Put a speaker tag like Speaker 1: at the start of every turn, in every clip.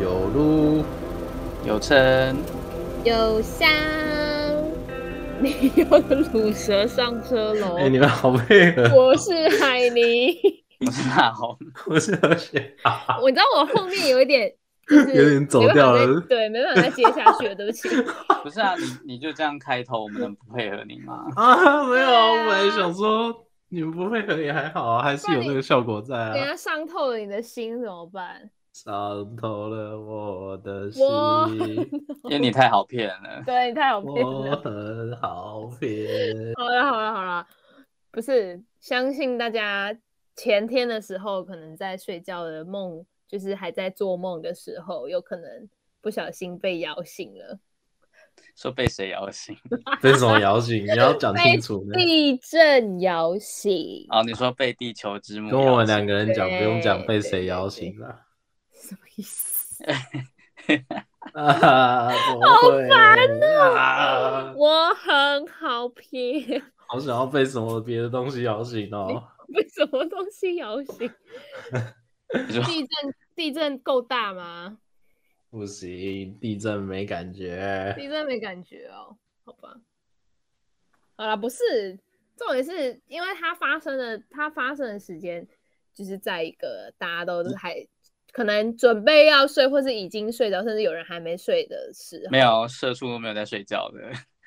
Speaker 1: 有路，
Speaker 2: 有称，
Speaker 3: 有香，你有卤蛇上车喽
Speaker 1: 哎、！你们好配合，
Speaker 3: 我是海尼，
Speaker 2: 你是哪红？
Speaker 1: 我是啊何雪，
Speaker 3: 我知道我后面有一点，就是
Speaker 1: 有点走
Speaker 3: 没办法
Speaker 1: 掉
Speaker 3: 再
Speaker 1: 了
Speaker 3: 对，没办法再接下去了，对 不起。
Speaker 2: 不是啊，你你就这样开头，我们能不配合你吗？
Speaker 1: 啊！没有，
Speaker 3: 对
Speaker 1: 我
Speaker 3: 啊
Speaker 1: 本来想说你们不配合也还好啊，还是有那个效果在
Speaker 3: 等一
Speaker 1: 啊。
Speaker 3: 下伤透了你的心怎么办？
Speaker 1: 伤透了我的心，
Speaker 3: 我
Speaker 2: 因为你太好骗了。
Speaker 3: 对你太好骗
Speaker 1: 我
Speaker 3: 了。
Speaker 1: 很好骗。
Speaker 3: 好了好了好了，不是，相信大家前天的时候，可能在睡觉的梦，就是还在做梦的时候，有可能不小心被摇醒了。
Speaker 2: 说被谁摇醒？
Speaker 1: 这是什么摇醒？你要讲清 楚呢。
Speaker 3: 地震摇醒，
Speaker 2: 哦，你说被地球之母
Speaker 1: 跟我们
Speaker 2: 摇
Speaker 1: 两
Speaker 2: 醒
Speaker 1: 个人讲，不用讲被
Speaker 3: 对对
Speaker 1: 谁摇醒 了。
Speaker 3: 什么意思？
Speaker 1: 啊，怎么会？啊！
Speaker 3: 我很好骗，
Speaker 1: 好想要被什么别的东西摇醒哦。
Speaker 3: 被什么东西摇醒？
Speaker 2: 你说
Speaker 3: 地震地震够大吗？
Speaker 1: 不行，地震没感觉。
Speaker 3: 地震没感觉哦，好吧。好啦，不是，重点是因为它发生的，它发生的时间就是在一个大家都是还可能准备要睡，或是已经睡着，甚至有人还没睡的时候。
Speaker 2: 没有，社畜都没有在睡觉的，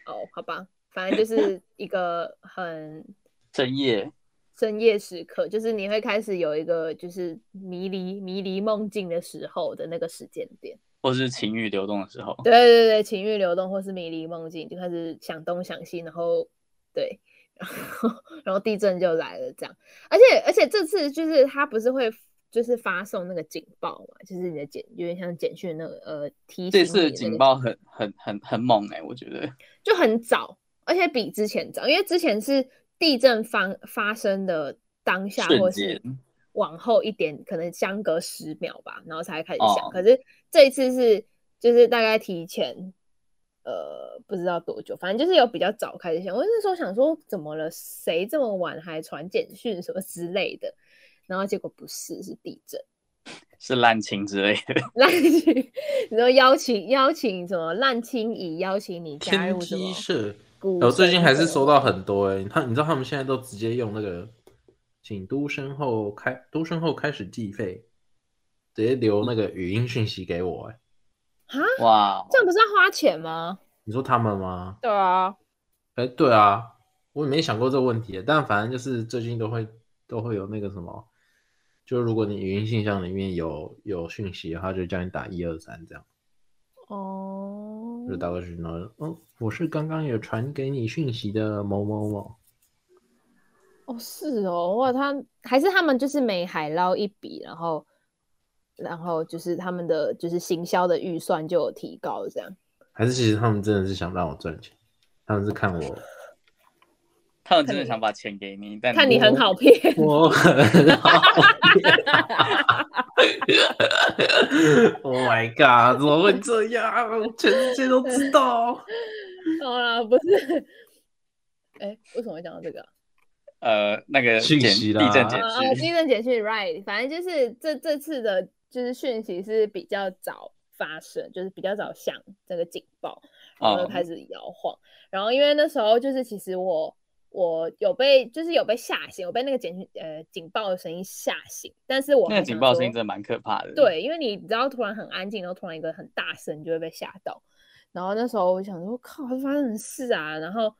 Speaker 3: 哦，好吧，反正就是一个很
Speaker 2: 深夜
Speaker 3: 深夜时刻，就是你会开始有一个就是迷离迷离梦境的时候的那个时间点。
Speaker 2: 或是情欲流动的时候，
Speaker 3: 对对对，情欲流动或是迷离梦境，就开始想东想西，然后对，然后然后地震就来了这样。而且而且这次就是他不是会。就是发送那个警报嘛，就是你的简，有点像简讯那个呃提醒、
Speaker 2: 这次的警，报很很很很猛哎、我觉得
Speaker 3: 就很早，而且比之前早，因为之前是地震发发生的当下
Speaker 2: 瞬
Speaker 3: 或是
Speaker 2: 间
Speaker 3: 往后一点，可能相隔十秒吧，然后才开始响。
Speaker 2: 哦
Speaker 3: 可是这一次是就是大概提前，呃，不知道多久，反正就是有比较早开始响。我那时候想说，怎么了？谁这么晚还传简讯什么之类的？然后结果不是，是地震。
Speaker 2: 是滥情之类的，
Speaker 3: 滥情，你说邀请邀请什么烂青姨邀请你加
Speaker 1: 天
Speaker 3: 入什么
Speaker 1: 梯？社，
Speaker 3: 鼓
Speaker 1: 呃我最近
Speaker 3: 声
Speaker 1: 还是
Speaker 3: 什么
Speaker 1: 收到很多哎、他你知道他们现在都直接用那个，请都身后开都身后开始计费，直接留那个语音讯息给我哎、
Speaker 3: 啊？
Speaker 2: 哇，
Speaker 3: 这样不是要花钱吗？
Speaker 1: 你说他们吗？
Speaker 3: 对啊，
Speaker 1: 哎、对啊，我也没想过这个问题，欸但反正就是最近都会都会有那个什么，就如果你语音信箱里面有有讯息的话，就叫你打一二三这样。
Speaker 3: 哦
Speaker 1: 就打过去，然后嗯，我是刚刚有传给你讯息的某某某，
Speaker 3: 哦，是哦，哇，他还是他们就是每海捞一笔，然后然后就是他们的就是行销的预算就有提高，这样
Speaker 1: 还是其实他们真的是想让我赚钱，他们是看我
Speaker 2: 他们真的想把钱给你，但
Speaker 3: 看你很
Speaker 2: 好。
Speaker 3: 好骗。
Speaker 1: 嗯我很好骗，Oh my god，怎么会这样？全世界都知 道。
Speaker 3: 好啦，不是，哎，为什么会讲到这个啊？
Speaker 2: 呃那个
Speaker 1: 讯
Speaker 2: 简
Speaker 1: 息啦
Speaker 2: 地震
Speaker 1: 解
Speaker 2: 简
Speaker 3: 啊，
Speaker 2: 讯，
Speaker 3: 地震简讯，right，反正就是这这次的就是讯息是比较早发生，就是比较早响这个警报。然后就
Speaker 2: 哦
Speaker 3: 开始摇晃。然后因为那时候就是其实我我有被就是有被吓醒，我被那个警讯呃警报的声音吓醒，但是我
Speaker 2: 那
Speaker 3: 还
Speaker 2: 个警
Speaker 3: 想
Speaker 2: 报
Speaker 3: 说
Speaker 2: 声音真的蛮可怕的。，
Speaker 3: 对，因为你知道突然很安静，然后突然一个很大声，你就会被吓到。然后那时候我想说，靠，发生什么事啊？然后，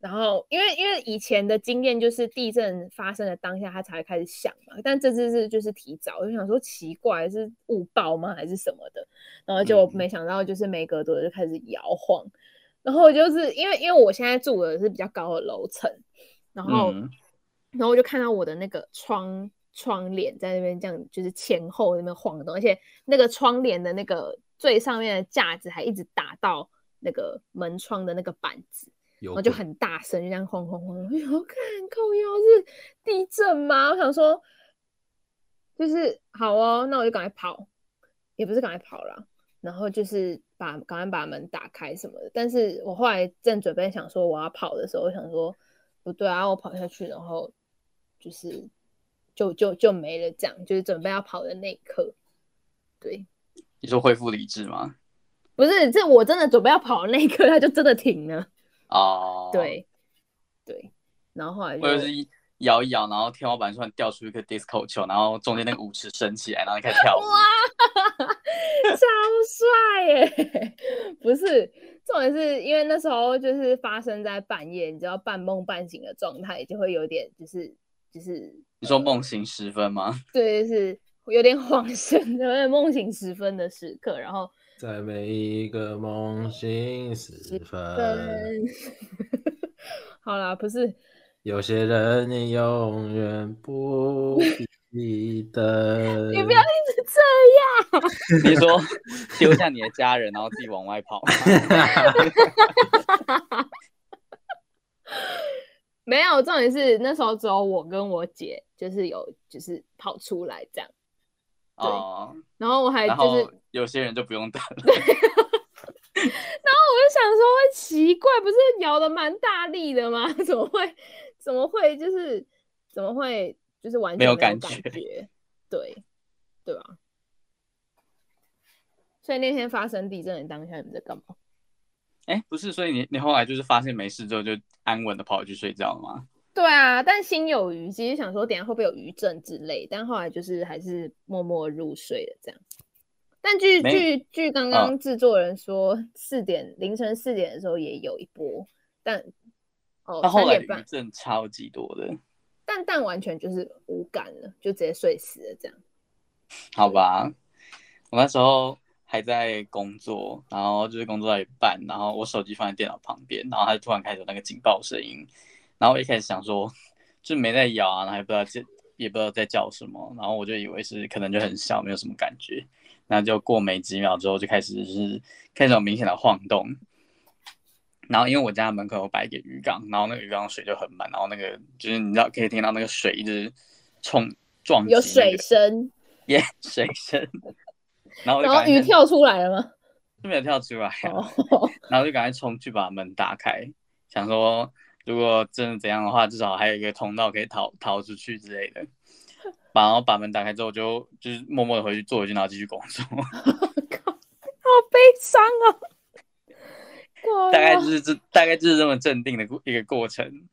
Speaker 3: 然后因为因为以前的经验就是地震发生的当下它才会开始响嘛，但这次是就是提早，我就想说奇怪是误报吗还是什么的？然后就
Speaker 2: 嗯
Speaker 3: 没想到就是没隔多久就开始摇晃，然后就是因为因为我现在住的是比较高的楼层，然后。
Speaker 2: 嗯，
Speaker 3: 然后我就看到我的那个窗窗帘在那边这样，就是前后那边晃动，而且那个窗帘的那个最上面的架子还一直打到那个门窗的那个板子，
Speaker 1: 有
Speaker 3: 然后就很大声，就这样晃晃晃。我想说看靠腰是地震吗？我想说，就是好哦，那我就赶快跑，也不是赶快跑啦，然后就是把赶快把门打开什么的。但是我后来正准备想说我要跑的时候，我想说不对啊，我跑下去，然后就是就就就没了，这样就是准备要跑的那一刻，对，
Speaker 2: 你说恢复理智吗？
Speaker 3: 不是，这我真的准备要跑的那一刻，他就真的停了。
Speaker 2: 哦，，
Speaker 3: 对，对，然后后来就
Speaker 2: 或者是一摇一摇，然后天花板突然掉出一个 disco 球，然后中间那个舞池升起来，然后你开始跳舞。
Speaker 3: 超帅耶！ 不是，重点是因为那时候就是发生在半夜，你知道半梦半醒的状态，就会有点就是就是
Speaker 2: 你说梦醒时分 吗？
Speaker 3: 对，就是有点恍神的，有点梦醒时分的时刻，然后
Speaker 1: 在每一个梦醒时
Speaker 2: 呃
Speaker 1: 分，
Speaker 3: 跟嗯 好啦，不是
Speaker 2: 呃
Speaker 1: 有些人你永远不必等。
Speaker 3: 你不要一直这
Speaker 2: 你说丢下你的家人，然后自己往外跑吗。
Speaker 3: 样，没有重点是那时候只有我跟我姐就是有就是跑出来这样，
Speaker 2: 哦，
Speaker 3: 然后我哎还就
Speaker 2: 然
Speaker 3: 是我
Speaker 2: 后有些人就不用等了。
Speaker 3: 就想说奇怪，不是摇的蛮大力的吗？ 怎么会怎么会就是怎么会就是完全
Speaker 2: 没有
Speaker 3: 感
Speaker 2: 感觉
Speaker 3: 对对吧、所以那天发生地震的当下，你们在干嘛？
Speaker 2: 哎，不是，所以你你后来就是发现没事之后，就安稳的跑回去睡觉了吗？
Speaker 3: 对啊，但心有余悸，就想说等一下会不会有余震之类，但后来就是还是默默入睡了这样。但据
Speaker 2: 没
Speaker 3: 据据刚
Speaker 2: 啊
Speaker 3: 刚制作人说，四点凌晨四点的时候也有一波，但哦
Speaker 2: 他
Speaker 3: 三
Speaker 2: 后来
Speaker 3: 点
Speaker 2: 余
Speaker 3: 半，
Speaker 2: 震超级多的，
Speaker 3: 但但完全就是无感了，就直接睡死了
Speaker 2: 嗯
Speaker 3: 这样。
Speaker 2: 好吧？我那时候还在工作，然后就是工作到一半，然后我手机放在电脑旁边，然后它就突然开始有那个警报声音，然后我一开始想说就没在摇啊，然后还不知道这也不知道在叫什么，然后我就以为是可能就很小，没有什么感觉，然后就过没几秒之后就开始就是开始有明显的晃动。然后因为我家门口有摆一个鱼缸，然后那个鱼缸水就很满，然后那个就是你知道可以听到那个水一直冲撞击那个
Speaker 3: 有水声，
Speaker 2: 耶、水声， 然后我就
Speaker 3: 然后
Speaker 2: 赶
Speaker 3: 鱼
Speaker 2: 快
Speaker 3: 跳出来了吗？
Speaker 2: 就没有跳出来、啊，
Speaker 3: 哦，
Speaker 2: 然后就赶快冲去把门打开，想说如果真的怎样的话，至少还有一个通道可以逃逃出去之类的。然后把门打开之后就，就是默默的回去坐回去，然后继续工作。
Speaker 3: 靠，好悲伤啊！靠
Speaker 2: 大概
Speaker 3: 呀
Speaker 2: 就是这，大概就是这么镇定的过一个过程。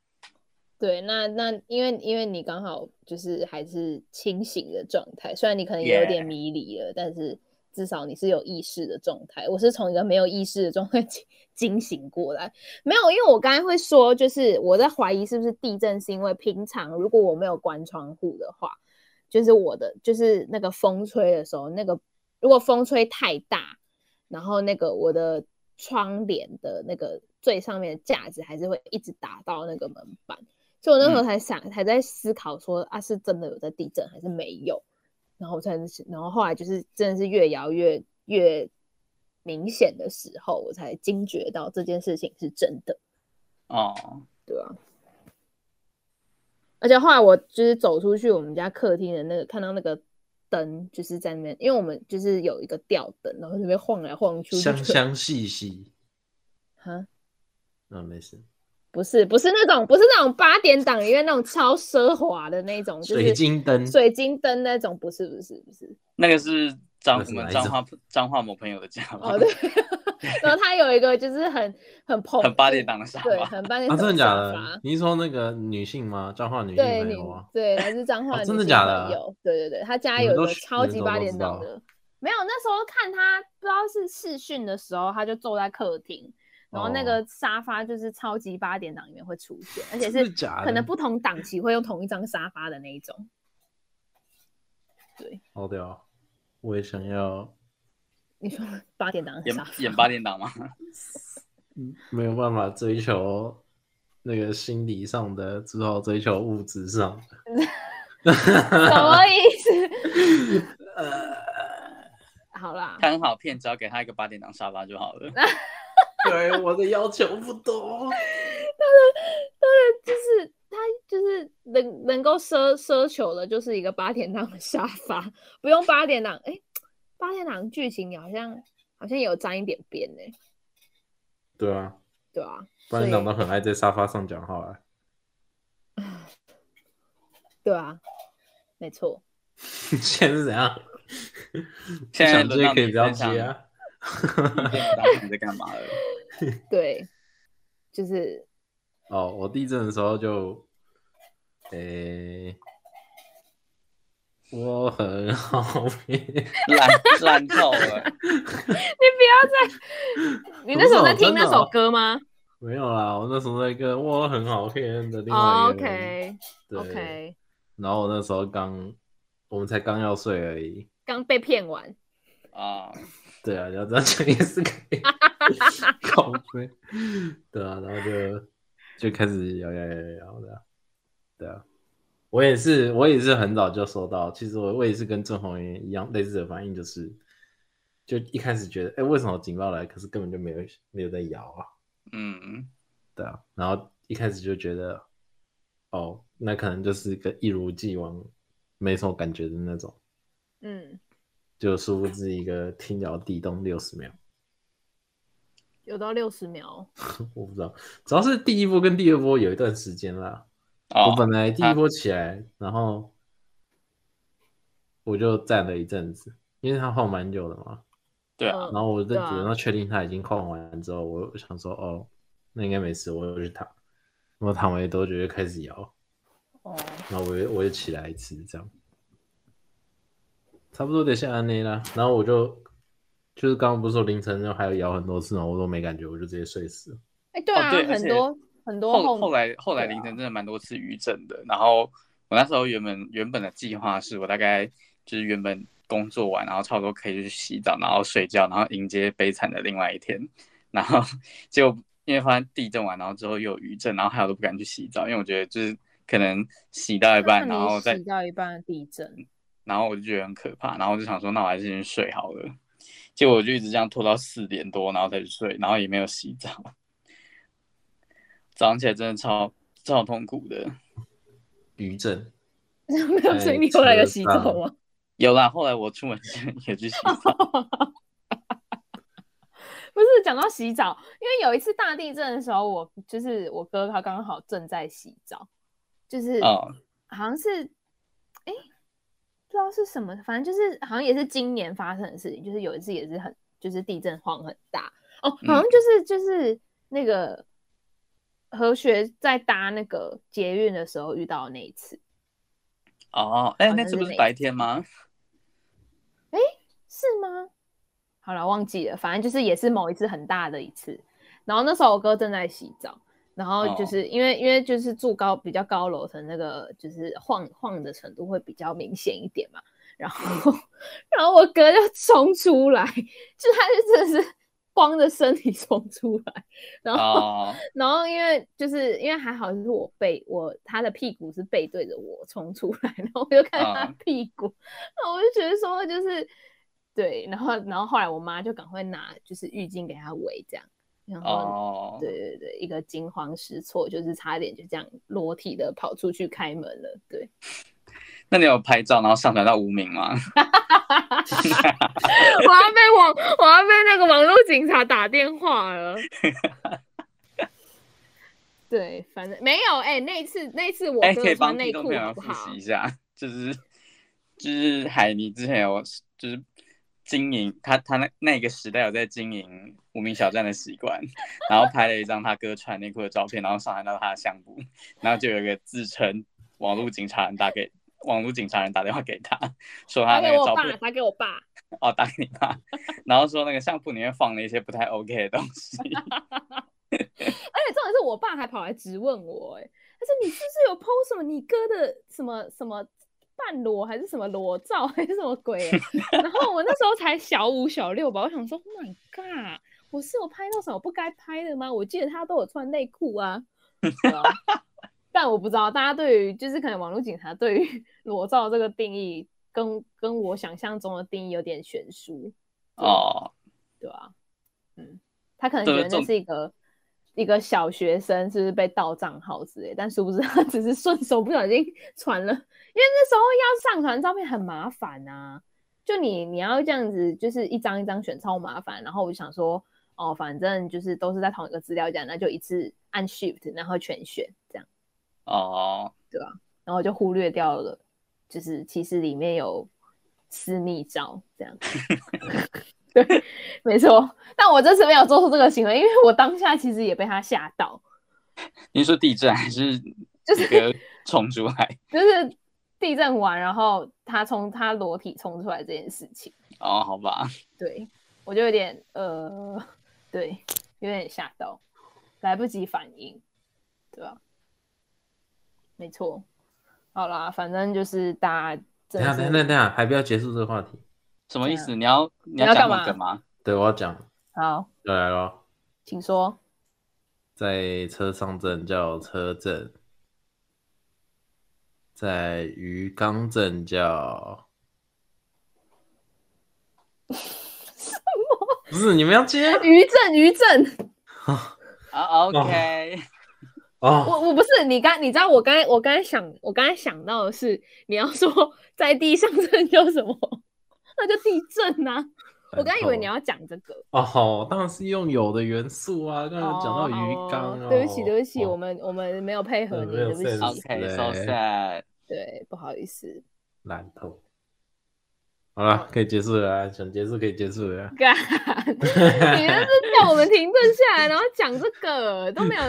Speaker 3: 对，那那因为因为你刚好就是还是清醒的状态，虽然你可能也有
Speaker 2: Yeah
Speaker 3: 点迷离了但是至少你是有意识的状态。我是从一个没有意识的状态 惊惊醒过来，没有，因为我刚才会说，就是我在怀疑是不是地震是因为平常如果我没有关窗户的话，就是我的就是那个风吹的时候，那个如果风吹太大，然后那个我的窗帘的那个最上面的架子还是会一直打到那个门板，所以我那时候才想，还在思考说啊，是真的有在地震还是没有？然后我才，然后后来就是真的是越摇越越明显的时候，我才惊觉到这件事情是真的，
Speaker 2: 哦，
Speaker 3: 对啊。而且后来我就是走出去我们家客厅的那个，看到那个灯就是在那边，因为我们就是有一个吊灯，然后那边晃来晃去，我就
Speaker 1: 香
Speaker 3: 觉得
Speaker 1: 香细细，
Speaker 3: 哈，
Speaker 1: 嗯，没事。
Speaker 3: 不是，不是那种，不是那种八点档里面那种超奢华的那种，就是
Speaker 1: 水晶灯，
Speaker 3: 水晶灯那种，不是，不是，不是。
Speaker 2: 那个是彰
Speaker 1: 那
Speaker 2: 我
Speaker 1: 是哪
Speaker 2: 们
Speaker 1: 一
Speaker 2: 彰
Speaker 1: 种
Speaker 2: 化彰化某朋友的家吧，
Speaker 3: 哦，对。 然后它有一个就是很很澎
Speaker 2: 很八点，档的沙
Speaker 3: 对，
Speaker 2: 发。
Speaker 3: 很八点
Speaker 1: 啊，
Speaker 3: 档
Speaker 1: 真的假的
Speaker 3: 沙发？
Speaker 1: 你是说那个女性吗？彰化女性
Speaker 3: 对，
Speaker 1: 朋
Speaker 3: 你
Speaker 1: 友吗？
Speaker 3: 对来自彰化
Speaker 1: 哦
Speaker 3: 的
Speaker 1: 真
Speaker 3: 女
Speaker 1: 的
Speaker 3: 性
Speaker 1: 假
Speaker 3: 朋
Speaker 1: 的
Speaker 3: 友对对对，他家
Speaker 1: 你们
Speaker 3: 有一
Speaker 1: 都
Speaker 3: 个
Speaker 1: 是你
Speaker 3: 超
Speaker 1: 们
Speaker 3: 级
Speaker 1: 怎么
Speaker 3: 八
Speaker 1: 都
Speaker 3: 点
Speaker 1: 知
Speaker 3: 档
Speaker 1: 道
Speaker 3: 的。没有，那时候看他不知道是视讯的时候，他就坐在客厅，然后那
Speaker 1: 哦
Speaker 3: 个沙发就是超级八点档里面会出现，而且
Speaker 1: 真
Speaker 3: 是
Speaker 1: 的假的？
Speaker 3: 可能不同档期会用同一张沙发的那一种。对，
Speaker 1: 好屌，哦我也想要，
Speaker 3: 你说八点档的
Speaker 2: 演
Speaker 3: 沙发
Speaker 2: 演八点档吗？
Speaker 1: 没有办法追求那个心理上的，只好追求物质上的。
Speaker 3: 什么意思？ 好啦，
Speaker 2: 呃他很好骗，只要给他一个八点档沙发就好 了。
Speaker 1: 对，我的要求不多。
Speaker 3: 就是他就是能能够奢奢求的，就是一个八点档的沙发，不用八点档。哎、八点档剧情好像好像有沾一点边呢、
Speaker 1: 对啊，
Speaker 3: 对啊，
Speaker 1: 不然长得很爱在沙发上讲 话、欸。
Speaker 3: 对啊，没错。
Speaker 1: 现在是怎样？
Speaker 2: 现在
Speaker 1: 想
Speaker 2: 轮
Speaker 1: 接
Speaker 2: 到
Speaker 1: 可
Speaker 2: 你
Speaker 1: 以不要
Speaker 2: 身上
Speaker 1: 接啊。
Speaker 2: 你也不知道你在干嘛了。
Speaker 3: 对，就是
Speaker 1: 哦，我地震的时候就，诶、我很好骗。
Speaker 2: 烂烂透了，
Speaker 1: 你
Speaker 2: 哦
Speaker 1: 那时候在听那首
Speaker 3: 歌吗
Speaker 1: 没有啦，我那时候在跟我很好骗的另外一个人。
Speaker 2: 哦
Speaker 3: 哦？OK
Speaker 1: 对
Speaker 3: OK，
Speaker 1: 然后我那时候刚，我们才刚要睡而已。
Speaker 3: 刚被骗完，
Speaker 2: 啊、
Speaker 1: 对啊，你要这样讲也是可以。靠背。对啊，然后就就开始摇摇摇摇摇的啊。对啊，我也是，我也是很早就收到。其实我我也是跟郑红云一样类似的反应，就是就一开始觉得，哎、为什么警报来？可是根本就没有没有在摇啊。
Speaker 2: 嗯，
Speaker 1: 对啊，然后一开始就觉得，哦，那可能就是个一如既往没什么感觉的那种，
Speaker 3: 嗯，
Speaker 1: 就殊不知一个天摇地动六十秒，
Speaker 3: 有到六十秒，
Speaker 1: 我不知道，主要是第一波跟第二波有一段时间啦。我
Speaker 2: 哦，
Speaker 1: 本来第一波起来，然后我就站了一阵子，因为它晃蛮久的嘛，
Speaker 2: 对啊，
Speaker 1: 然后我就
Speaker 3: 对啊
Speaker 1: 等到确定它已经晃完之后，我想说，哦，那应该没事，我就去躺，我躺没多久就开始摇。
Speaker 3: 哦，
Speaker 1: 然后我又我又起来一次，这样，差不多得下安内啦。然后我就就是刚刚不是说凌晨就还有摇很多次嘛，我都没感觉，我就直接睡死了。
Speaker 3: 哎，对
Speaker 2: 哦
Speaker 3: 啊，
Speaker 2: 对而
Speaker 3: 很
Speaker 2: 且
Speaker 3: 多很多
Speaker 2: 嗯后后
Speaker 3: 来
Speaker 2: 来后来
Speaker 3: 对啊
Speaker 2: 凌晨真的蛮多次余震的。然后我那时候原本原本的计划是我大概就是原本工作完，然后差不多可以去洗澡，然后睡觉，然后迎接悲惨的另外一天。然后结果因为发现地震完，然后之后又有余震，然后害我都不敢去洗澡，因为我觉得就是可能洗到一半，然后再
Speaker 3: 洗到一半的地震，
Speaker 2: 然后我就觉得很可怕，然后我就想说，那我还是先睡好了。结果我就一直这样拖到四点多，然后再去睡，然后也没有洗澡。早上起来真的超超痛苦的。
Speaker 1: 余震，
Speaker 2: 嗯
Speaker 3: 没有，所以你
Speaker 1: 太
Speaker 3: 后来有
Speaker 1: 扯
Speaker 3: 洗
Speaker 1: 淡
Speaker 3: 澡
Speaker 1: 了
Speaker 3: 吗？
Speaker 2: 有啦，后来我出门前也去洗澡。
Speaker 3: 不是讲到洗澡，因为有一次大地震的时候，我就是我哥他刚好正在洗澡，就是
Speaker 2: 哦
Speaker 3: 好像是哎、不知道是什么，反正就是好像也是今年发生的事情，就是有一次也是很就是地震晃很大哦，
Speaker 2: 嗯
Speaker 3: 好像就是、就是那个何学在搭那个捷运的时候遇到的那一次，
Speaker 2: 哦，哎、
Speaker 3: 好像
Speaker 2: 那次不
Speaker 3: 是
Speaker 2: 是
Speaker 3: 那
Speaker 2: 白天吗？
Speaker 3: 是吗？好了，忘记了，反正就是也是某一次很大的一次。然后那时候我哥正在洗澡，然后就
Speaker 2: 哦
Speaker 3: 是、因为因为就是住高比较高楼层，那个就是晃晃的程度会比较明显一点嘛。然后 然后我哥就冲出来，就他就真的是光着身体冲出来，然后、
Speaker 2: 哦，
Speaker 3: 然后因为就是因为还好是我背我他的屁股是背对着我冲出来，然后我就看他
Speaker 2: 嗯
Speaker 3: 屁股，然后我就觉得说就是对，然后然后后来我妈就赶快拿就是浴巾给他围这样，然后、
Speaker 2: 哦，
Speaker 3: 对对对，一个惊慌失措，就是差点就这样裸体的跑出去开门了， 对，
Speaker 2: 那你有拍照然后上传到无名吗？
Speaker 3: 我要被网我要被那个网络警察打电 话了。对，反正没有哎、那一次那一次我
Speaker 2: 哎、
Speaker 3: 哥
Speaker 2: 可以
Speaker 3: 穿
Speaker 2: 帮
Speaker 3: 内
Speaker 2: 听众
Speaker 3: 裤
Speaker 2: 朋
Speaker 3: 好
Speaker 2: 友
Speaker 3: 不
Speaker 2: 复
Speaker 3: 好？
Speaker 2: 习一下，就是就是海尼之前有就是经营他他那那个时代有在经营无名小站的习惯，然后拍了一张他哥穿内裤的照片，然后上传到他的相簿，然后就有一个自称网络警察人打给网络警察人打电话给他，说他
Speaker 3: 打
Speaker 2: 啊那
Speaker 3: 给
Speaker 2: 个
Speaker 3: 我
Speaker 2: 照
Speaker 3: 爸，
Speaker 2: 片
Speaker 3: 打给我爸。
Speaker 2: 哦打给你爸，然后说那个相簿里面放了一些不太 OK 的东 西，
Speaker 3: 而且重点是我爸还跑来质问我、哎，他说你是不是有 PO 什么你哥的什么什么半裸还是什么裸照还是什么鬼、 哎然后我那时候才小五小六吧，我想说，Oh my god，我是有拍到什么不该拍的吗？我记得他都有穿内裤 啊。对啊但我不知道大家对于就是可能网络警察对于裸照这个定义跟跟我想象中的定义有点悬殊。
Speaker 2: 哦，
Speaker 3: 对啊，嗯，他可能
Speaker 2: 对
Speaker 3: 觉得那
Speaker 2: 重
Speaker 3: 是一个一个小学生，是不是被盗账号之类？但殊不知他只是顺手不小心传了，因为那时候要上传照片很麻烦啊，就你你要这样子，就是一张一张选，超麻烦。然后我就想说，哦，反正就是都是在同一个资料夹，那就一次按 Shift，然后全选这样，
Speaker 2: 哦，
Speaker 3: 然后就忽略掉了，就是其实里面有私密照这样。 对，没错。但我这次没有做出这个行为，因为我当下其实也被他吓到，
Speaker 2: 你说地震还是
Speaker 3: 就是
Speaker 2: 一个冲出来？
Speaker 3: 就是地震完，然后他从他裸体冲出来这件事情，
Speaker 2: 哦，好吧，
Speaker 3: 对我就有点呃，对，有点吓到，来不及反应，对吧、没错。好啦，反正就是大家真
Speaker 1: 等一
Speaker 3: 的
Speaker 1: 下
Speaker 3: 是
Speaker 1: 等一下等一下，还不要结束这个话题。
Speaker 2: 什么意思？
Speaker 3: 对啊
Speaker 2: 你要你
Speaker 3: 你要
Speaker 2: 讲
Speaker 3: 干嘛
Speaker 2: 那个吗？
Speaker 1: 对，我要讲，
Speaker 3: 好，
Speaker 1: 要来咯，
Speaker 3: 请说。
Speaker 1: 在车上镇叫车震，在鱼缸镇 叫不是你们要接
Speaker 3: 余震，余震，
Speaker 2: 啊，OK，
Speaker 1: 哦？
Speaker 3: 我我不是你刚，你知道我刚才我刚才想，我刚才想到的是你要说在地上震叫什么，那就地震呐、我刚才以为你要讲这个，
Speaker 1: 哦，好，当然是用有的元素啊，刚才
Speaker 3: 哦
Speaker 1: 讲到鱼
Speaker 3: 好
Speaker 1: 缸
Speaker 3: 哦
Speaker 1: 哦。
Speaker 3: 对不起对不起，
Speaker 1: 哦
Speaker 3: 我们我们没有配合
Speaker 1: 嗯
Speaker 3: 你，
Speaker 1: 没有
Speaker 3: 对不起，
Speaker 1: sense
Speaker 2: 好 OK，so
Speaker 1: 对
Speaker 2: sad。
Speaker 3: 对，不好意思。
Speaker 1: 懒头。好了，可以结束了啊，想结束可以结束了啊。
Speaker 3: 干，你 就是叫我们停顿下来，然后讲这个都 没有，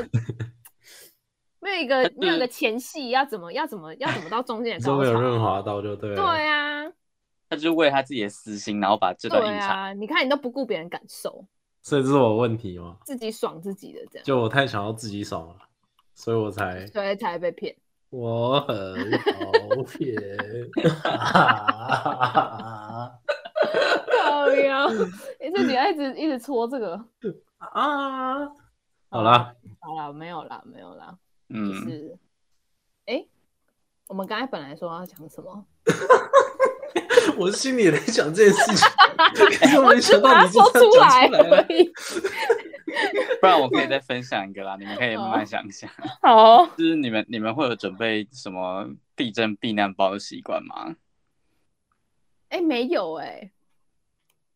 Speaker 3: 没有一个没有一个前戏，要怎么要怎么要怎么到中间的
Speaker 1: 都
Speaker 3: 高
Speaker 1: 没有
Speaker 3: 潮？
Speaker 1: 润滑到就对了。
Speaker 3: 对啊，
Speaker 2: 他就是为了他自己的私心，然后把这段
Speaker 3: 对
Speaker 2: 隐藏。
Speaker 3: 啊，你看你都不顾别人感受，
Speaker 1: 所以这是我的问题嘛？
Speaker 3: 自己爽自己的这样，
Speaker 1: 就我太想要自己爽了，所以我才
Speaker 3: 所以才会被骗。
Speaker 1: 我很好骗。
Speaker 3: 靠 呀，你这女孩一直一直戳这个，
Speaker 1: 啊！好啦，
Speaker 3: 好啦，没有啦，没有啦，就
Speaker 2: 嗯，
Speaker 3: 是，哎、我们刚才本来说要讲什么？
Speaker 1: 我心里也在想这件事 情，可是我没想到
Speaker 3: 把
Speaker 1: 你
Speaker 3: 它
Speaker 1: 是
Speaker 3: 说
Speaker 1: 这样讲
Speaker 3: 来
Speaker 1: 出来
Speaker 3: 而
Speaker 1: 啊。
Speaker 3: 已。
Speaker 2: 不然我可以再分享一个啦，你们可以慢
Speaker 3: 哦
Speaker 2: 慢想一下。
Speaker 3: 好，
Speaker 2: 就是你们你们会有准备什么地震避难包的习惯吗？
Speaker 3: 哎、没有哎、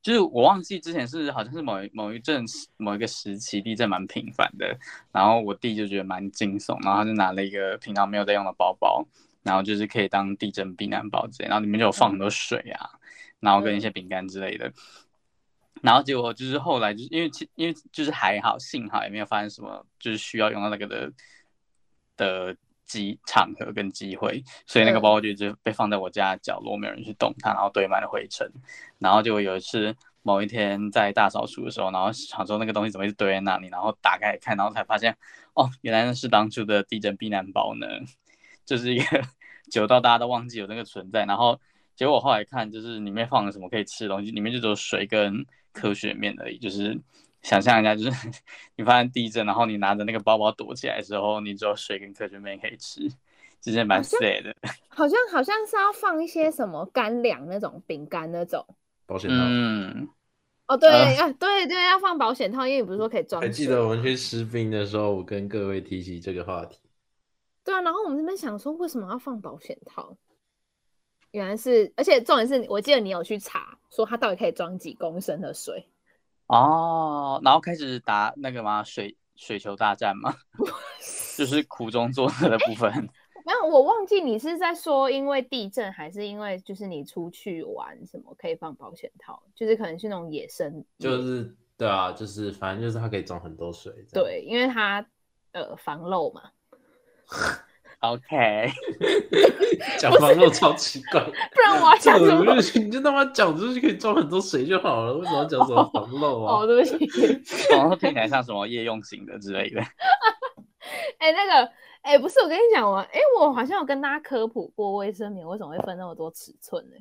Speaker 2: 就是我忘记之前是好像是某一某一阵某一个时期地震蛮频繁的，然后我弟就觉得蛮惊悚，然后他就拿了一个平常没有在用的包包，然后就是可以当地震避难包之类，然后里面就有放很多水啊，然后跟一些饼干之类的。然后结果就是后来就是因为其因为就是还好，幸好也没有发生什么就是需要用到那个的的机场合跟机会，所以那个
Speaker 3: 嗯
Speaker 2: 包包就一直被放在我家的角落，没有人去动它，然后堆满了灰尘。然后就有一次某一天在大扫除的时候，然后想说那个东西怎么一直堆在那里，然后打开来看，然后才发现哦，原来那是当初的地震避难包呢，就是一个 久到大家都忘记有那个存在，然后结果我后来看就是里面放了什么可以吃的东西，里面就只有水跟科学面而已，就是。想象一下，就是 你发现地震，然后你拿着那个包包躲起来的时候，你只有水跟科学面可以吃，其实蛮
Speaker 3: 好像
Speaker 2: sad 的。
Speaker 3: 好像好像是要放一些什么干粮那种饼干那种。
Speaker 1: 保险套，
Speaker 2: 嗯，
Speaker 3: 哦，对，
Speaker 2: 呃
Speaker 3: 啊，对对，要放保险套，因为你不是说可以装
Speaker 1: 还
Speaker 3: 水。
Speaker 1: 记得我们去吃冰的时候，我跟各位提起这个话题。
Speaker 3: 对啊，然后我们这边想说，为什么要放保险套？原来是，而且重点是，我记得你有去查，说它到底可以装几公升的水。
Speaker 2: 哦，然后开始打那个嘛水水球大战嘛， 就是苦中作乐的部分。
Speaker 3: 没有，我忘记你是在说因为地震，还是因为就是你出去玩什么可以放保险套，就是可能是那种野生，
Speaker 1: 就是
Speaker 3: 嗯
Speaker 1: 对啊，就是反正就是它可以装很多水。这样，
Speaker 3: 对，因为它呃防漏嘛，
Speaker 2: OK，
Speaker 1: 讲完肉超奇怪。
Speaker 3: 不然我要
Speaker 1: 这
Speaker 3: 讲什
Speaker 1: 种
Speaker 3: 么
Speaker 1: 东？西你就他妈讲出去可以装很多水就好了，为什么要讲什么防漏
Speaker 3: 哦，
Speaker 1: 啊？
Speaker 3: 对不起，
Speaker 2: 然后听起来像什么夜用型的之类的。
Speaker 3: 哎、那个，哎、不是，我跟你讲，我，哎、我好像有跟大家科普过卫生棉为什么会分那么多尺寸呢、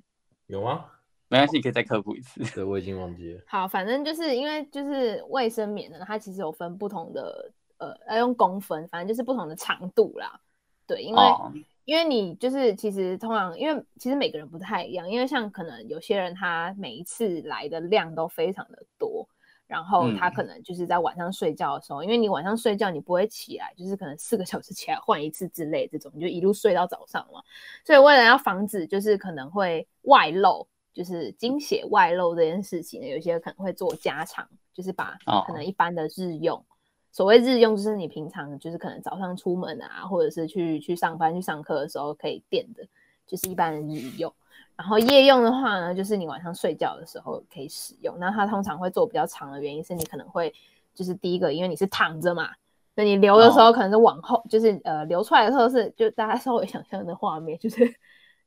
Speaker 1: 有吗？
Speaker 2: 没关系，你可以再科普一次。
Speaker 1: 对，我已经忘记了。
Speaker 3: 好，反正就是因为就是卫生棉呢，它其实有分不同的，呃，要用公分，反正就是不同的长度啦。对，因为、
Speaker 2: 哦，
Speaker 3: 因为你就是其实通常，因为其实每个人不太一样，因为像可能有些人他每一次来的量都非常的多，然后他
Speaker 2: 嗯
Speaker 3: 可能就是在晚上睡觉的时候，因为你晚上睡觉你不会起来，就是可能四个小时起来换一次之类这种，你就一路睡到早上嘛。所以为了要防止就是可能会外漏，就是经血外漏这件事情呢，有些可能会做加长，就是把
Speaker 2: 哦
Speaker 3: 可能一般的日用。所谓日用，就是你平常就是可能早上出门啊，或者是去去上班、去上课的时候可以垫的，就是一般人日用。然后夜用的话呢，就是你晚上睡觉的时候可以使用。那它通常会做比较长的原因是你可能会就是第一个，因为你是躺着嘛，所以你流的时候可能是往后，就是呃流出来的时候是就大家稍微想象的画面，就是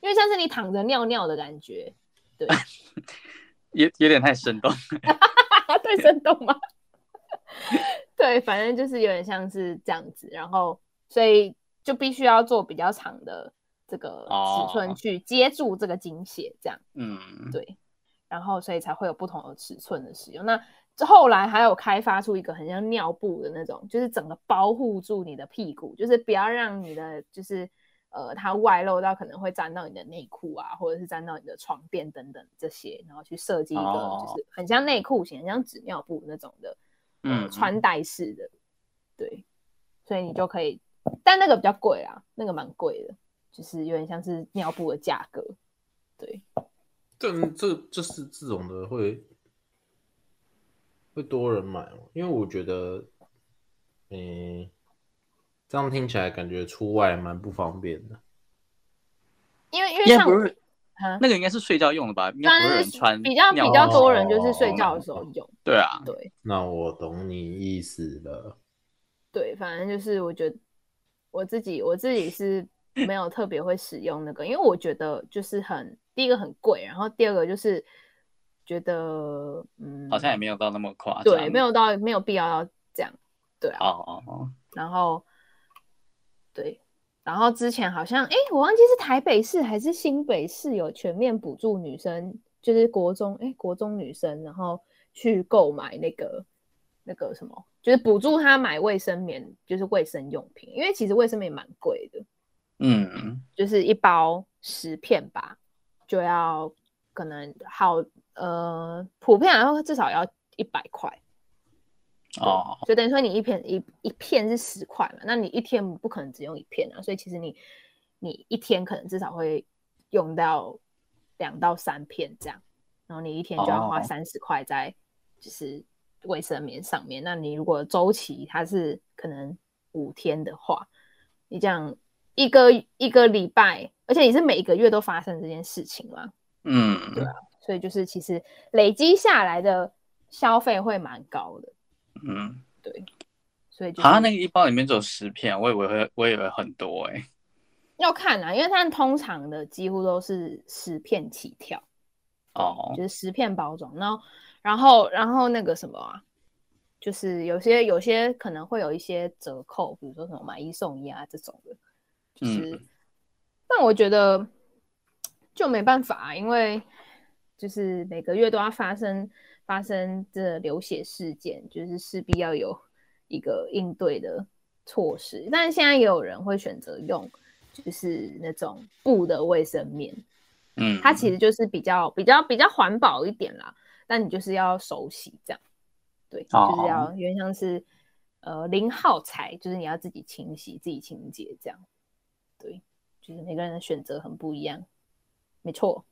Speaker 3: 因为像是你躺着尿尿的感觉， 对，
Speaker 2: 有有点太生动。
Speaker 3: 对生动吗？ 对，反正就是有点像是这样子，然后所以就必须要做比较长的这个尺寸
Speaker 2: 哦
Speaker 3: 去接住这个精血，这样。
Speaker 2: 嗯，
Speaker 3: 对，然后所以才会有不同的尺寸的使用。那后来还有开发出一个很像尿布的那种，就是整个包护住你的屁股，就是不要让你的就是呃它外露到可能会沾到你的内裤啊，或者是沾到你的床垫等等这些，然后去设计一个
Speaker 2: 哦
Speaker 3: 就是很像内裤型、很像纸尿布那种的，呃
Speaker 2: 嗯
Speaker 3: 穿戴式的，对，所以你就可以，但那个比较贵啊，那个蛮贵的，就是有点像是尿布的价格，对。
Speaker 1: 这这就是这种的会会多人买哦，因为我觉得，嗯、这样听起来感觉出外蛮不方便的。
Speaker 3: 因为因为
Speaker 2: 应该
Speaker 3: 像
Speaker 2: 不是
Speaker 3: 啊，
Speaker 2: 那个应该是睡觉用的吧？应该
Speaker 3: 但
Speaker 2: 不会有人
Speaker 3: 是
Speaker 2: 穿
Speaker 3: 比较
Speaker 2: 尿
Speaker 3: 比较
Speaker 2: 布
Speaker 3: 多人就是
Speaker 1: 哦
Speaker 3: 睡觉的时候用，
Speaker 2: 对啊，
Speaker 3: 对
Speaker 1: 那我懂你意思了。
Speaker 3: 对，反正就是我觉得我自己我自己是没有特别会使用那个，因为我觉得就是很第一个很贵，然后第二个就是觉得嗯
Speaker 2: 好像也没有到那么夸张。
Speaker 3: 对没有到没有必要要这样，对啊，
Speaker 2: 哦。哦哦，
Speaker 3: 然后对。然后之前好像，哎，我忘记是台北市还是新北市有全面补助女生，就是国中，哎，国中女生，然后去购买那个那个什么，就是补助她买卫生棉，就是卫生用品，因为其实卫生棉蛮贵的，
Speaker 2: 嗯，
Speaker 3: 就是一包十片吧，就要可能好，呃，普遍来说至少要一百块。
Speaker 2: 哦，
Speaker 3: 就等于说你一片一一片是十块嘛，那你一天不可能只用一片啊，所以其实你你一天可能至少会用到两到三片这样，然后你一天就要花
Speaker 2: 哦
Speaker 3: 三十块在就是卫生棉上面。那你如果周期它是可能五天的话，你这样一个一个礼拜，而且你是每个月都发生这件事情嘛，
Speaker 2: 嗯，
Speaker 3: 对啊所以就是其实累积下来的消费会蛮高的，
Speaker 2: 嗯，
Speaker 3: 所以就是、
Speaker 2: 好像那个一包里面只有十片，我以为会，我以为很多哎。
Speaker 3: 要看啊啦，因为他们通常的几乎都是十片起跳，
Speaker 2: 哦，
Speaker 3: 就是十片包装。然后，然后，然后那个什么啊，就是有些有些可能会有一些折扣，比如说什么买一送一啊这种的，就是。
Speaker 2: 嗯
Speaker 3: 但我觉得就没办法啊，因为就是每个月都要发生发生这流血事件，就是势必要有一个应对的措施。但是现在也有人会选择用，就是那种布的卫生棉，
Speaker 2: 嗯，
Speaker 3: 它其实就是比较比较比较环保一点啦，但你就是要手洗这样，对，
Speaker 2: 哦
Speaker 3: 就是要有点像是呃零耗材，就是你要自己清洗、自己清洁这样，对，就是每个人的选择很不一样，没错，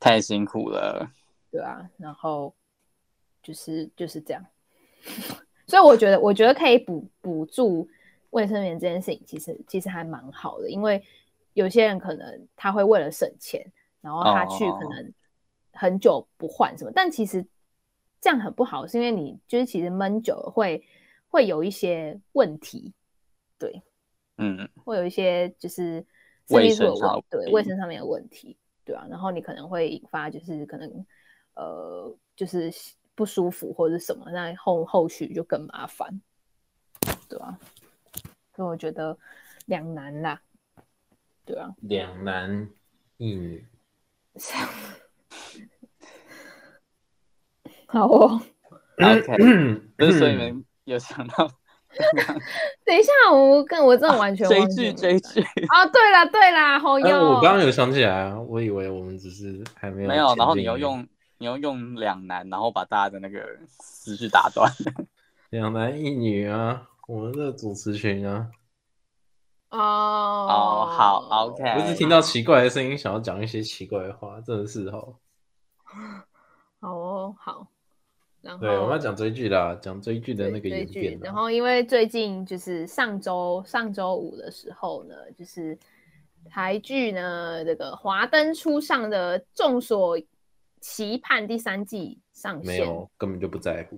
Speaker 2: 太辛苦了。
Speaker 3: 对啊，然后就是就是这样， 所以我觉得我觉得可以补补助卫生棉这件事情，其实其实还蛮好的，因为有些人可能他会为了省钱，然后他去可
Speaker 2: 哦
Speaker 3: 能很久不换什么，但其实这样很不好，是因为你就是其实闷久了会会有一些问题，对，
Speaker 2: 嗯，
Speaker 3: 会有一些就是私
Speaker 2: 卫
Speaker 3: 密处
Speaker 2: 生
Speaker 3: 的
Speaker 2: 上
Speaker 3: 问
Speaker 2: 的问
Speaker 3: 对
Speaker 2: 题
Speaker 3: 卫生上面的问题，对啊，然后你可能会引发就是可能呃就是不舒服或者什么，那后后续就更麻烦，对啊，所以我觉得两难啦，对啊，
Speaker 1: 两男一女，
Speaker 3: 好哦，
Speaker 2: OK，那
Speaker 1: 嗯
Speaker 2: 所以你们有想到
Speaker 3: 等一下我跟我
Speaker 2: 啊
Speaker 3: 真的完全
Speaker 2: 追
Speaker 3: 忘记
Speaker 2: 剧
Speaker 3: 我们
Speaker 2: 追
Speaker 3: 在
Speaker 2: 剧，
Speaker 3: 哦，对啦对啦，好
Speaker 1: 哎、
Speaker 3: 哟，
Speaker 2: 呃
Speaker 1: 我刚刚有想起来啊，我以为我们只是还没有
Speaker 2: 没有，然后
Speaker 1: 前
Speaker 2: 你
Speaker 1: 进而
Speaker 2: 又
Speaker 1: 已
Speaker 2: 用你又用两难，然后把大家的那个思绪打断。
Speaker 1: 两男一女啊，我们的主持群啊，
Speaker 3: 哦
Speaker 2: 哦，好，OK，
Speaker 1: 我一直听到奇怪的声音，想要讲一些奇怪的话，真的是哦。
Speaker 3: 好哦好，然后
Speaker 1: 对，我们要讲追剧啦，讲追剧的
Speaker 3: 哦对
Speaker 1: 那个
Speaker 3: 追
Speaker 1: 演
Speaker 3: 剧
Speaker 1: 变，啊啦。
Speaker 3: 然后因为最近就是上周上周五的时候呢，就是台剧呢，这个《华灯初上》的众所期盼第三季上线，
Speaker 1: 没有，根本就不在乎。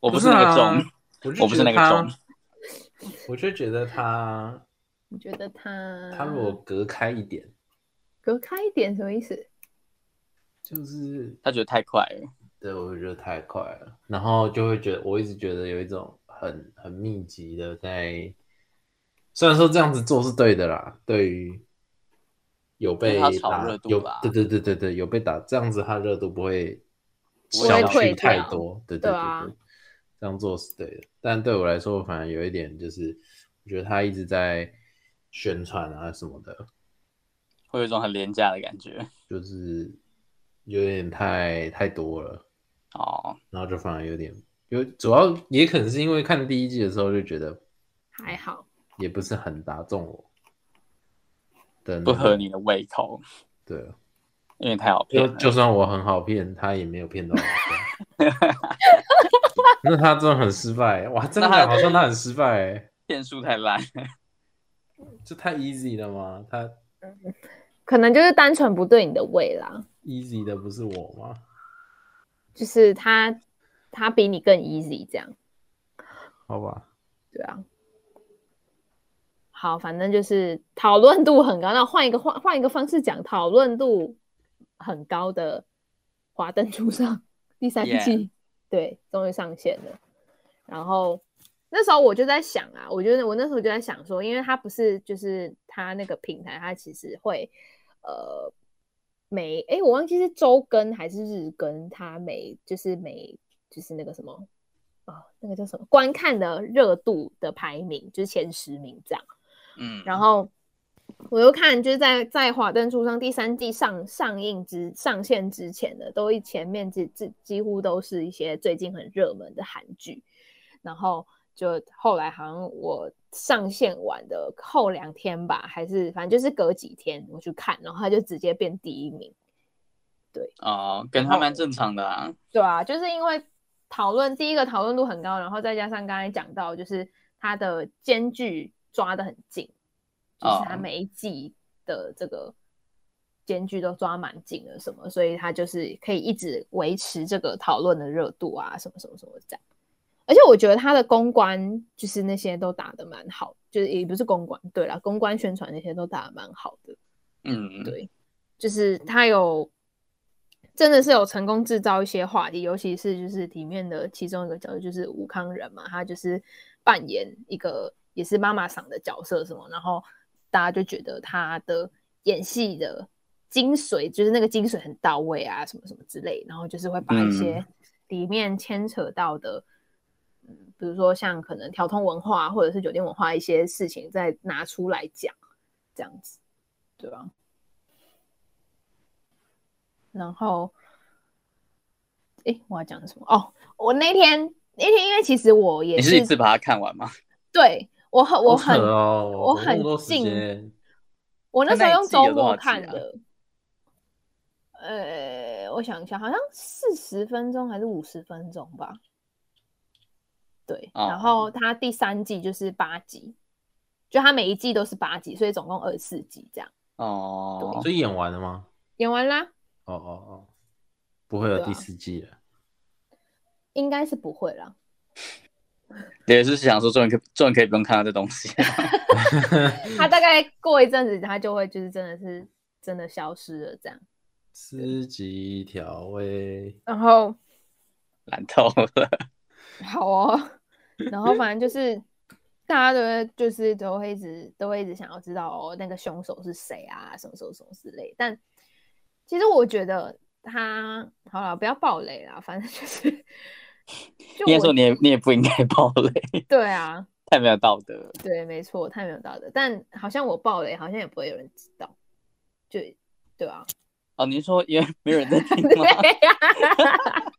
Speaker 2: 我不
Speaker 1: 不
Speaker 2: 是那个
Speaker 1: 啊
Speaker 2: 种，，
Speaker 1: 就
Speaker 2: 我不是
Speaker 1: 觉得
Speaker 2: 那个种
Speaker 1: 他，我就觉得他
Speaker 3: 你觉得它
Speaker 1: 他如果隔开一点，
Speaker 3: 隔开一点什么意思？
Speaker 1: 就是
Speaker 2: 他觉得太快了。
Speaker 1: 对，我觉得太快了，然后就会觉得，我一直觉得有一种很很密集的在，虽然说这样子做是对的啦，对于有被
Speaker 2: 因为它炒
Speaker 1: 打
Speaker 2: 热度
Speaker 1: 有
Speaker 2: 吧
Speaker 1: 对对对对对有被打，这样子它热度不会
Speaker 2: 不会
Speaker 1: 消
Speaker 3: 退
Speaker 1: 去太
Speaker 3: 掉
Speaker 1: 多，对
Speaker 3: 对
Speaker 1: 对
Speaker 3: 啊
Speaker 1: 对，这样做是对的，但对我来说，我反而有一点就是，我觉得他一直在宣传啊什么的，
Speaker 2: 会有一种很廉价的感觉
Speaker 1: 就是有点太太多了。
Speaker 2: 哦，
Speaker 1: 然后就反而有点有，主要也可能是因为看第一季的时候就觉得
Speaker 3: 还好，
Speaker 1: 也不是很打中我的那
Speaker 2: 不
Speaker 1: 种
Speaker 2: 合你的胃口，
Speaker 1: 对，
Speaker 2: 因为太好骗
Speaker 1: 就
Speaker 2: 了。
Speaker 1: 就算我很好骗，他也没有骗到 我。那他真的很失败哇！真的
Speaker 2: 那他
Speaker 1: 好像他很失败、欸，
Speaker 2: 骗术太烂，
Speaker 1: 就太 easy 了吗？他
Speaker 3: 可能就是单纯不对你的胃啦，
Speaker 1: easy 的不是我吗？
Speaker 3: 就是他他比你更 easy 这样，
Speaker 1: 好吧，
Speaker 3: 对啊。好，反正就是讨论度很高。那换一个换换一个方式讲，讨论度很高的《华灯初上》第三季
Speaker 2: Yeah
Speaker 3: 对，终于上线了。然后那时候我就在想啊，我觉得我那时候就在想说，因为它不是就是它那个平台，它其实会呃每哎我忘记是周更还是日更，它每就是每就是那个什么啊那个叫什么观看的热度的排名，就是前十名这样。
Speaker 2: 嗯，
Speaker 3: 然后我又看，就是在在《华灯初上》第三季上上映之上线之前的，都一前面几几几乎都是一些最近很热门的韩剧，然后就后来好像我上线晚的后两天吧，还是反正就是隔几天我去看，然后它就直接变第一名。
Speaker 2: 哦，感觉还蛮正常的啊。
Speaker 3: 对啊，就是因为讨论第一个讨论度很高，然后再加上刚才讲到，就是它的间距抓得很近，就是它
Speaker 2: 哦
Speaker 3: 每一季的这个间距都抓蛮紧的，什么，所以它就是可以一直维持这个讨论的热度啊，什么什么什么这样。而且我觉得它的公关就是那些都打得蛮好，就是也不是公关，对啦，公关宣传那些都打得蛮好的。
Speaker 2: 嗯，
Speaker 3: 对就是他有真的是有成功制造一些话题，尤其是就是里面的其中一个角色就是吴康仁嘛，他就是扮演一个也是妈妈桑的角色什么，然后大家就觉得他的演戏的精髓就是那个精髓很到位啊，什么什么之类，然后就是会把一些里面牵扯到的。嗯，比如说像可能调通文化或者是酒店文化一些事情，再拿出来讲，这样子，对啊吧、然后，诶，我要讲什么？哦，我那天那天，因为其实我也
Speaker 2: 你
Speaker 3: 是
Speaker 2: 是一次把它看完吗？
Speaker 3: 对我很我很、
Speaker 1: 好扯哦，
Speaker 3: 我很
Speaker 1: 那么多时
Speaker 3: 近
Speaker 1: 间
Speaker 3: 我那时候
Speaker 2: 那
Speaker 3: 用
Speaker 2: 一季
Speaker 3: 周
Speaker 2: 有多
Speaker 3: 末
Speaker 2: 少集
Speaker 3: 看
Speaker 2: 啊
Speaker 3: 的，呃，我想一下，好像四十分钟还是五十分钟吧。对，
Speaker 2: 哦
Speaker 3: 然后它第三季就是八集，就它每一季都是八集，所以总共二十四集这样。
Speaker 2: 哦，
Speaker 1: 所以演完了吗？
Speaker 3: 演完啦，
Speaker 1: 哦哦哦，不会有
Speaker 3: 对啊
Speaker 1: 第四季了。
Speaker 3: 应该是不会啦。
Speaker 2: 也是想说，终于可以终于可以不用看到这东西。
Speaker 3: 它大概过一阵子，它就会就是真的是真的消失了这样。
Speaker 1: 司机调味，
Speaker 3: 然后
Speaker 2: 懒透了。
Speaker 3: 好哦，然后反正就是大家都会就是都会一直都会一直想要知道哦那个凶手是谁啊，什么什么什么之类。但其实我觉得他好了，不要暴雷啦，反正就是就
Speaker 2: 应该说
Speaker 3: 我
Speaker 2: 你也你也不应该暴雷，
Speaker 3: 对啊，
Speaker 2: 太没有道德了。
Speaker 3: 对，没错，太没有道德。但好像我暴雷，好像也不会有人知道，就对啊，
Speaker 2: 哦，您说因为没有人在听
Speaker 3: 对
Speaker 2: 吗？
Speaker 3: 呀、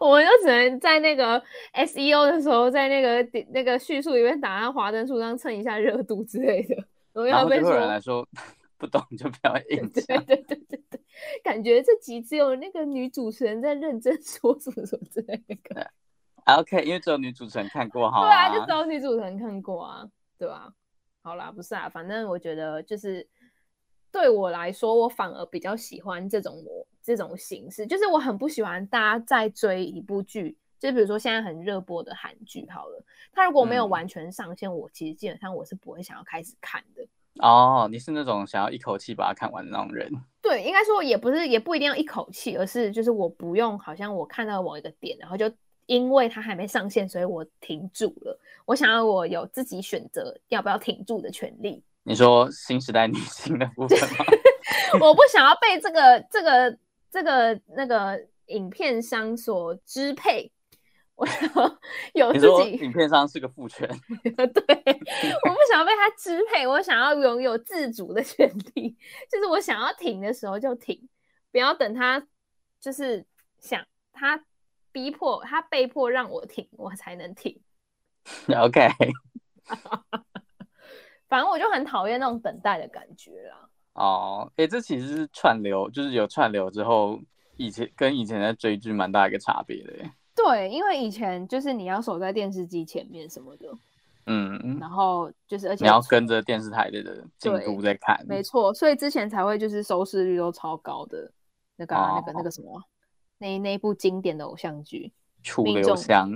Speaker 3: 我们就只能在那个 SEO 的时候，在那个那个叙述里面打上华灯初上蹭一下热度之类的，然后
Speaker 2: 然
Speaker 3: 要
Speaker 2: 后就
Speaker 3: 被
Speaker 2: 会有人
Speaker 3: 说
Speaker 2: 来，说不懂就不要
Speaker 3: 对
Speaker 2: 硬
Speaker 3: 对
Speaker 2: 讲。
Speaker 3: 对对对对，感觉这集只有那个女主持人在认真说什么什么之类的，
Speaker 2: 啊 OK，因为只有女主持人看过哈。
Speaker 3: 对啊，就只有女主持人看过啊，对吧、好啦，不是啊，反正我觉得就是对我来说，我反而比较喜欢这种模这种形式，就是我很不喜欢大家在追一部剧，就比如说现在很热播的韩剧好了，它如果没有
Speaker 2: 嗯
Speaker 3: 完全上线，我其实基本上我是不会想要开始看的。
Speaker 2: 哦，你是那种想要一口气把它看完的那种人。
Speaker 3: 对，应该说也不是，也不一定要一口气，而是就是我不用，好像我看到某一个点，然后就因为它还没上线，所以我停住了。我想要我有自己选择要不要停住的权利，
Speaker 2: 你说新时代女性的部分吗？
Speaker 3: 我不想要被这个这个这个那个影片商所支配。 我想要有
Speaker 2: 你
Speaker 3: 自
Speaker 2: 说
Speaker 3: 己，
Speaker 2: 影片上是个父权，
Speaker 3: 对，我不想要被他支配，我想要拥有自主的权利，就是我想要停的时候就停，不要等他就是想他逼迫他被迫让我停，我才能停。
Speaker 2: OK，
Speaker 3: 反正我就很讨厌那种等待的感觉啦。
Speaker 2: 哦，诶，这其实是串流，就是有串流之后，以前跟以前在追剧蛮大一个差别的耶。
Speaker 3: 对，因为以前就是你要守在电视机前面什么的，
Speaker 2: 嗯，
Speaker 3: 然后就是而且
Speaker 2: 你要跟着电视台的进
Speaker 3: 对
Speaker 2: 度在看，
Speaker 3: 没错，所以之前才会就是收视率都超高的那个、
Speaker 2: 哦
Speaker 3: 啊、那个那个什么啊那那一部经典的偶像剧。
Speaker 2: 楚
Speaker 3: 命
Speaker 2: 留
Speaker 3: 中
Speaker 2: 香。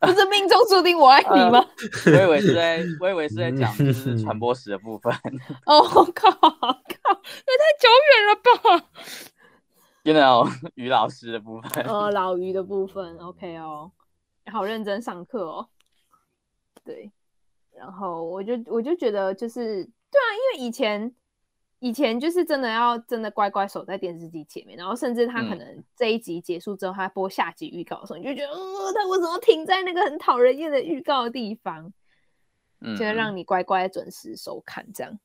Speaker 3: 不是命中注定我爱你吗？
Speaker 2: 我以为是在，我以为是在讲就是传播史的部分，
Speaker 3: 哦、靠靠，也太久远了吧！
Speaker 2: 有那种 于老师的部分。
Speaker 3: 呃，老于的部分，OK 哦，好认真上课哦。对，然后我就我就觉得就是对啊，因为以前以前就是真的要真的乖乖守在电视机前面，然后甚至他可
Speaker 2: 嗯
Speaker 3: 能这一集结束之后，他播下集预告的时候，你就觉得，呃，他为什么停在那个很讨人厌的预告的地方？
Speaker 2: 嗯，
Speaker 3: 就会让你乖乖准时收看这样。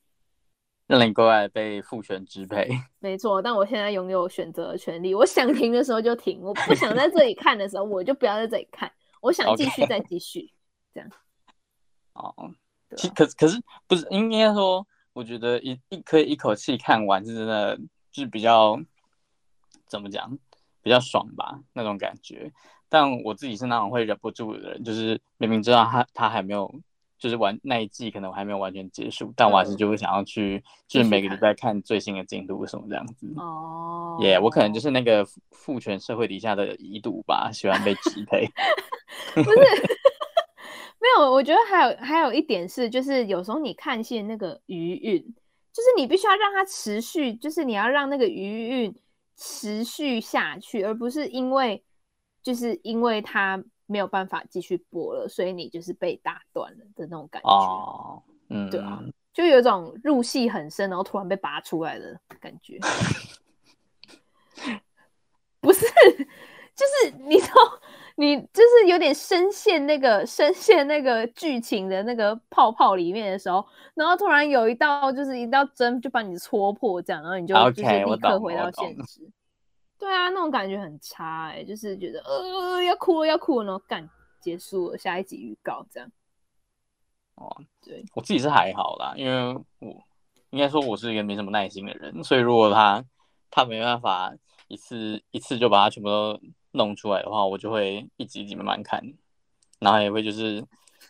Speaker 2: 让你乖乖地被父权支配。
Speaker 3: 没错，但我现在拥有选择的权利，我想停的时候就停，我不想在这里看的时候，我就不要在这里看，我想继续
Speaker 2: OK
Speaker 3: 再继续。
Speaker 2: 哦，
Speaker 3: 对
Speaker 2: 其
Speaker 3: 啊
Speaker 2: 可是可是不是应该说，我觉得一一可以一口气看完是真的，就是比较怎么讲，比较爽吧那种感觉。但我自己是那种会忍不住的人，就是明明知道他他还没有，就是完那一季可能我还没有完全结束，但我还是
Speaker 3: 嗯
Speaker 2: 就会想要去，
Speaker 3: 继
Speaker 2: 就
Speaker 3: 续
Speaker 2: 是每个礼
Speaker 3: 看
Speaker 2: 拜看最新的进度什么这样子。
Speaker 3: 哦
Speaker 2: 耶我可能就是那个父父权社会底下的遗毒吧，喜欢被支 配。
Speaker 3: 没有，我觉得还有还有一点是，就是有时候你看戏的那个余韵，就是你必须要让它持续，就是你要让那个余韵持续下去，而不是因为就是因为它没有办法继续播了，所以你就是被打断了的那种感觉。
Speaker 2: 哦，嗯，
Speaker 3: 对啊就有一种入戏很深，然后突然被拔出来的感觉。不是，就是你知道，你就是有点深陷那个深陷那个剧情的那个泡泡里面的时候，然后突然有一道就是一道针就把你戳破，这样，然后你就就是
Speaker 2: OK，我
Speaker 3: 立刻
Speaker 2: 懂
Speaker 3: 回
Speaker 2: 我
Speaker 3: 到
Speaker 2: 懂
Speaker 3: 现实。对啊，那种感觉很差哎、就是觉得呃要哭了要哭了，然后干结束了，下一集预告这样。
Speaker 2: 哦，
Speaker 3: 对，
Speaker 2: 我自己是还好啦，因为我应该说我是一个没什么耐心的人，所以如果他他没办法一次一次就把它全部都弄出来的话，我就会一集一集慢慢看，然后也会就是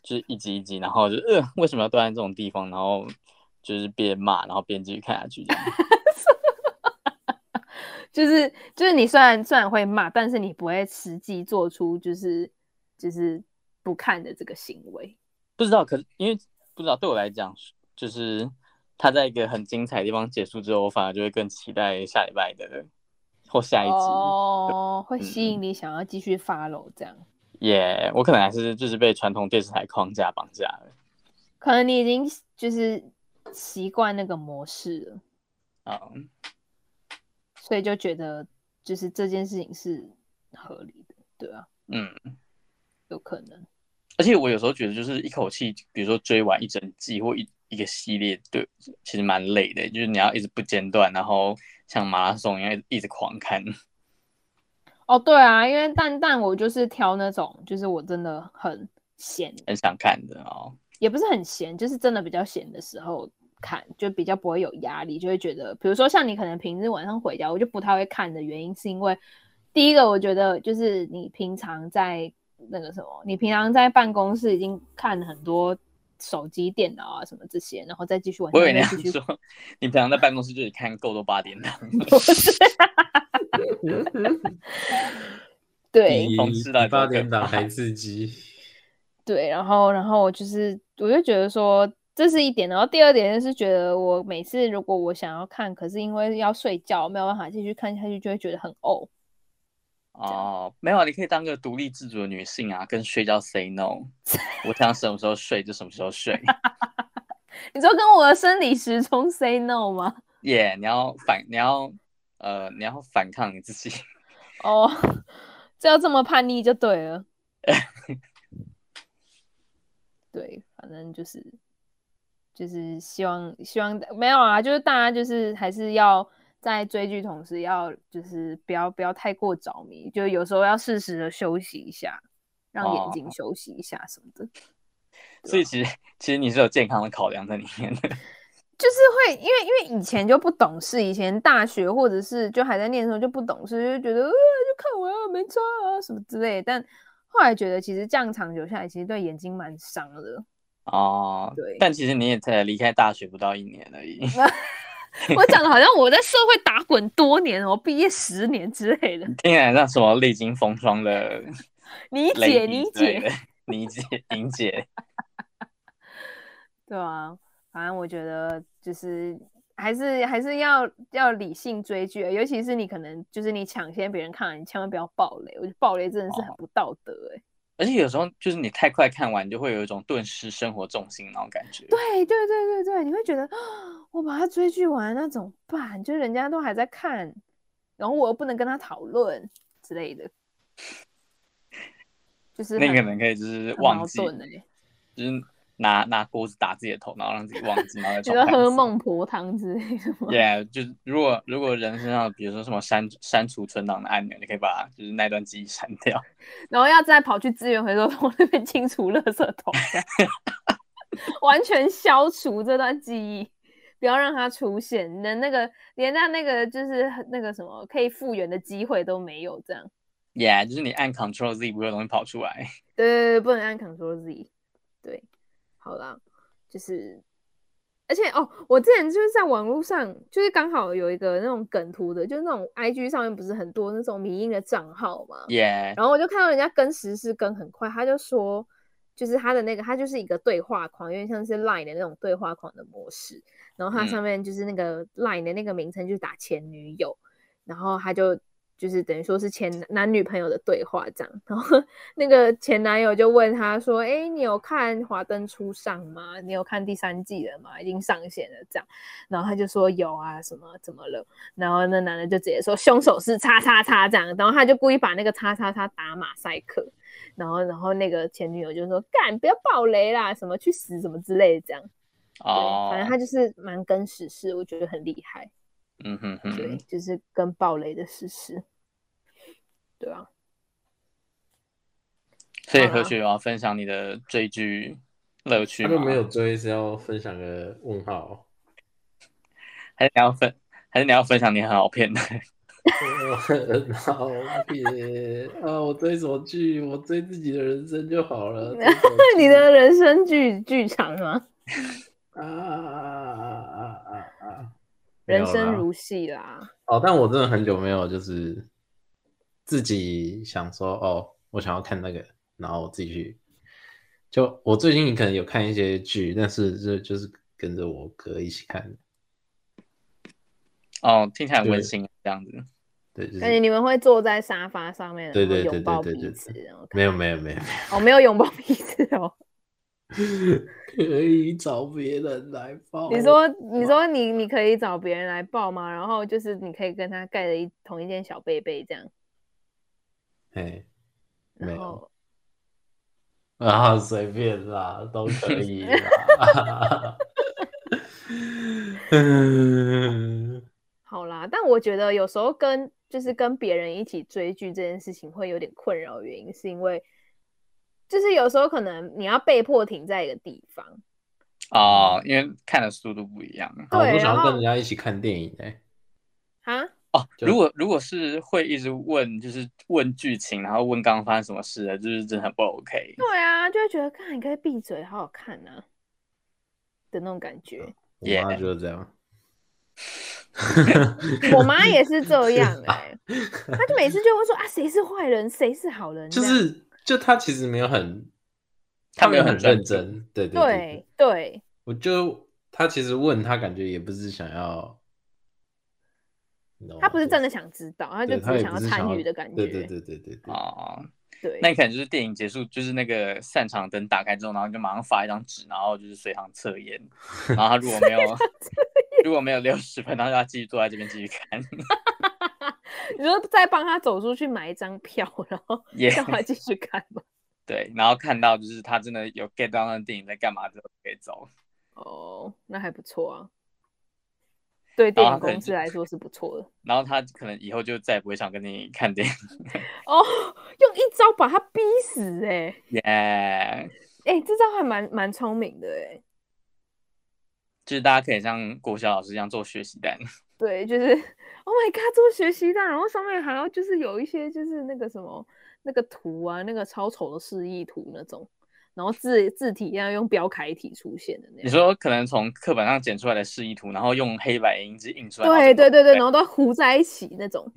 Speaker 2: 就是一集一集，然后就呃为什么要断在这种地方，然后就是边骂然后边继续看下去这样。
Speaker 3: 就是就是你虽然虽然会骂，但是你不会实际做出就是就是不看的这个行为。
Speaker 2: 不知道，可是因为不知道对我来讲，就是他在一个很精彩的地方结束之后，我反而就会更期待下礼拜的或下一集。
Speaker 3: 哦，会吸
Speaker 2: 嗯
Speaker 3: 引你想要继续 follow 这样。
Speaker 2: 耶我可能还是就是被传统电视台框架绑架了
Speaker 3: 可能你已经就是习惯那个模式了，
Speaker 2: 啊、
Speaker 3: 所以就觉得就是这件事情是合理的，对啊，
Speaker 2: 嗯，
Speaker 3: 有可能。
Speaker 2: 而且我有时候觉得就是一口气，比如说追完一整季或一一个系列，对，其实蛮累的，就是你要一直不间断，然后像马拉松一样一直一直狂看。
Speaker 3: 哦，对啊，因为蛋蛋我就是挑那种，就是我真的很闲，
Speaker 2: 很想看的哦。
Speaker 3: 也不是很闲，就是真的比较闲的时候看，就比较不会有压力，就会觉得，比如说像你可能平日晚上回家，我就不太会看的原因，是因为第一个，我觉得就是你平常在那个什么，你平常在办公室已经看很多手机、电脑啊什么这些，然后再继续玩。
Speaker 2: 我以为你
Speaker 3: 再
Speaker 2: 要
Speaker 3: 继续
Speaker 2: 说，你平常在办公室就得看够多八点档，
Speaker 3: 对
Speaker 2: 同事到底
Speaker 1: 比八
Speaker 2: 多可
Speaker 1: 点档 还刺激。
Speaker 3: 对，然后然后我就是我就觉得说这是一点，然后第二点就是觉得我每次如果我想要看，可是因为要睡觉没有办法继续看下去，就会觉得很呕。
Speaker 2: 哦，没有啊，你可以当个独立自主的女性啊，跟睡觉 say no。我想什么时候睡就什么时候睡，
Speaker 3: 你说跟我的生理时钟 say no 吗？
Speaker 2: 耶、你要反，你要呃，你要反抗你自己。
Speaker 3: 哦， 这要这么叛逆就对了。对，反正就是就是希望希望没有啊，就是大家就是还是要在追剧同时要就是不要不要太过着迷，就有时候要适时的休息一下，让眼
Speaker 2: 哦
Speaker 3: 睛休息一下什么的。
Speaker 2: 所以其实其实你是有健康的考量在里面的。
Speaker 3: 就是会，因为因为以前就不懂事，以前大学或者是就还在念的时候就不懂事，就觉得呃就看我啊没差啊什么之类的。但后来觉得其实这样长久下来，其实对眼睛蛮伤的。
Speaker 2: 哦，
Speaker 3: 对
Speaker 2: 但其实你也才离开大学不到一年而已。
Speaker 3: 啊我讲的好像我在社会打滚多年哦，我毕业十年之类的。
Speaker 2: 听起来像什么历经风霜 的
Speaker 3: 你姐，你
Speaker 2: lady 之类
Speaker 3: 姐
Speaker 2: 的，，你姐，莹姐。
Speaker 3: 对啊，反正我觉得就是还是还是要要理性追剧，啊尤其是你可能就是你抢先别人看了，你千万不要暴雷。我觉得暴雷真的是很不道德哎、
Speaker 2: 而且有时候就是你太快看完，就会有一种顿失生活重心那种感觉。
Speaker 3: 对对对对对，你会觉得啊我把它追剧完，那怎么办？就是人家都还在看，然后我又不能跟他讨论之类的，就是
Speaker 2: 那
Speaker 3: 很
Speaker 2: 可能可以就是
Speaker 3: 很
Speaker 2: 忘
Speaker 3: 矛
Speaker 2: 记，
Speaker 3: 盾欸
Speaker 2: 就是拿拿锅子打自己的头，然后让自己忘记， 然后再
Speaker 3: 觉
Speaker 2: 重
Speaker 3: 得
Speaker 2: 看一
Speaker 3: 喝
Speaker 2: 次。
Speaker 3: 孟婆汤之类的吗？
Speaker 2: Yeah，就是如果如果人身上比如说什么删删除存档的按钮，你可以把就是那段记忆删掉。
Speaker 3: 然后要再跑去资源回收桶那边清除垃圾桶，这样 完全消除这段记忆，不要让它出现。你的那个连那那个就是那个什么可以复原的机会都没有，这样。
Speaker 2: Yeah，就是你按 Control Z 不会有东西跑出来。
Speaker 3: 对对对，不能按 Ctrl Z。对，好啦，就是，而且哦，我之前就是在网络上，就是刚好有一个那种梗图的，就是那种 IG 上面不是很多那种迷音的账号嘛，
Speaker 2: Yeah，
Speaker 3: 然后我就看到人家跟时事跟很快，他就说，就是他的那个，他就是一个对话框，有点像是 Line 的那种对话框的模式。然后它
Speaker 2: 嗯
Speaker 3: 上面就是那个 Line 的那个名称，就是打前女友，然后他就就是等于说是前男女朋友的对话这样。然后 那个前男友就问他说：“哎，你有看《华灯初上》吗？你有看第三季了吗？已经上线了这样。”然后他就说：“有啊，什么怎么了？”然后那男的就直接说凶手是叉叉叉这样，然后他就故意把那个叉叉叉打马赛克，然后然后那个前女友就说干不要暴雷啦，什么去死什么之类的这样，对，
Speaker 2: 哦
Speaker 3: 反，正他就是蛮跟时事，我觉得很厉害，
Speaker 2: 嗯哼
Speaker 3: 对，
Speaker 2: 哼，
Speaker 3: 就是跟暴雷的时事，对啊，
Speaker 1: 嗯
Speaker 2: 所以
Speaker 3: 好啦
Speaker 2: 何雪有要分享你的追剧乐趣
Speaker 1: 他
Speaker 2: 吗？
Speaker 1: 都没有追，是要分享个问号。
Speaker 2: 还是你要分，还是你要分享你很好骗的？
Speaker 1: 很好别啊！我追什么剧？我追自己的人生就好了。追什么
Speaker 3: 那
Speaker 1: 剧
Speaker 3: 你的人生剧剧场吗？
Speaker 1: 啊啊啊啊啊啊！
Speaker 3: 人生
Speaker 1: 没有啦
Speaker 3: 如戏啦，
Speaker 1: 哦，但我真的很久没有就是自己想说哦，我想要看那个，然后我自己去。就我最近可能有看一些剧，但是就就是跟着我哥一起看，
Speaker 2: 哦，听起来很
Speaker 1: 对
Speaker 2: 温馨这样子。
Speaker 1: 对，就是
Speaker 3: 感觉你们会坐在沙发上面，
Speaker 1: 对
Speaker 3: 然后
Speaker 1: 对对
Speaker 3: 拥抱
Speaker 1: 对对
Speaker 3: 彼
Speaker 1: 对
Speaker 3: 此，然后看
Speaker 1: 没有没有没有，
Speaker 3: 哦没有拥抱彼此 哦。
Speaker 1: 可以找别人来抱。
Speaker 3: 你说，你说你你可以找别人来抱吗？然后就是你可以跟他盖着一同一件小被被这样，
Speaker 1: 哎，没
Speaker 3: 然
Speaker 1: 有
Speaker 3: 后
Speaker 1: 啊，随便啦，都可以 啦。嗯，
Speaker 3: 好啦。但我觉得有时候跟就是跟别人一起追剧这件事情会有点困扰，原因是因为就是有时候可能你要被迫停在一个地方，
Speaker 2: 哦，因为看的速度不一样。
Speaker 1: 啊我
Speaker 3: 对
Speaker 1: 不想
Speaker 3: 然
Speaker 1: 要
Speaker 3: 后
Speaker 1: 跟人家一起看电影哎、
Speaker 3: 啊，
Speaker 2: 哦，
Speaker 1: 就
Speaker 2: 如果如果是会一直问，就是问剧情，然后问刚刚发生什么事的，就是真的很不 OK。
Speaker 3: 对啊，就会觉得看你可以闭嘴，好好看啊。的那种感觉。
Speaker 1: 我妈就是这样。
Speaker 3: 我妈也是这样哎、她就每次就会说啊，谁是坏人，谁是好人，
Speaker 1: 就
Speaker 3: 这样
Speaker 1: 是就他其实没有很，
Speaker 2: 他
Speaker 1: 没
Speaker 2: 没
Speaker 1: 有
Speaker 2: 有
Speaker 1: 很
Speaker 2: 很
Speaker 1: 认
Speaker 2: 认
Speaker 1: 真，对对
Speaker 3: 对对，
Speaker 1: 我就他其实问他，感觉也不是想要，你懂吗
Speaker 3: 她不是真的想知道，她就
Speaker 1: 对
Speaker 3: 只
Speaker 1: 他也
Speaker 3: 想
Speaker 1: 不是
Speaker 3: 参与的感觉。
Speaker 1: 对对对对对对，
Speaker 2: 哦，
Speaker 3: 对
Speaker 2: 那你可能就是电影结束，就是那个散场灯打开之后，然后你就马上发一张纸，然后就是随行测 验，然后他如果没有 如果没有六十分，然后就要继续坐在这边继续看，
Speaker 3: 你说再帮她走出去买一张票，然后
Speaker 2: 也、
Speaker 3: 让她继续看吗？
Speaker 2: 对，然后看到就是他真的有 get 到那个电影在干嘛之后就可以走，
Speaker 3: 哦，那还不错啊。对电
Speaker 2: 然
Speaker 3: 影
Speaker 2: 后她可能
Speaker 3: 公司
Speaker 2: 就
Speaker 3: 来说是不错的
Speaker 2: 然后他可能以后就再也不会想跟你看电影，
Speaker 3: 哦，用一招把她逼死哎、
Speaker 2: 耶、
Speaker 3: 哎、这招还蛮蛮聪明的哎、
Speaker 2: 就是大家可以像国小老师一样做学习单，
Speaker 3: 对，就是 Oh my God，做学习单，然后上面还要就是有一些就是那个什么那个图啊，那个超丑的示意图那种，然后字字体要用标楷体出现的那
Speaker 2: 你
Speaker 3: 样。
Speaker 2: 说可能从课本上剪出来的示意图，然后用黑白影字印出来，
Speaker 3: 对对对对，然
Speaker 2: 后
Speaker 3: 后都要糊在一起那 种，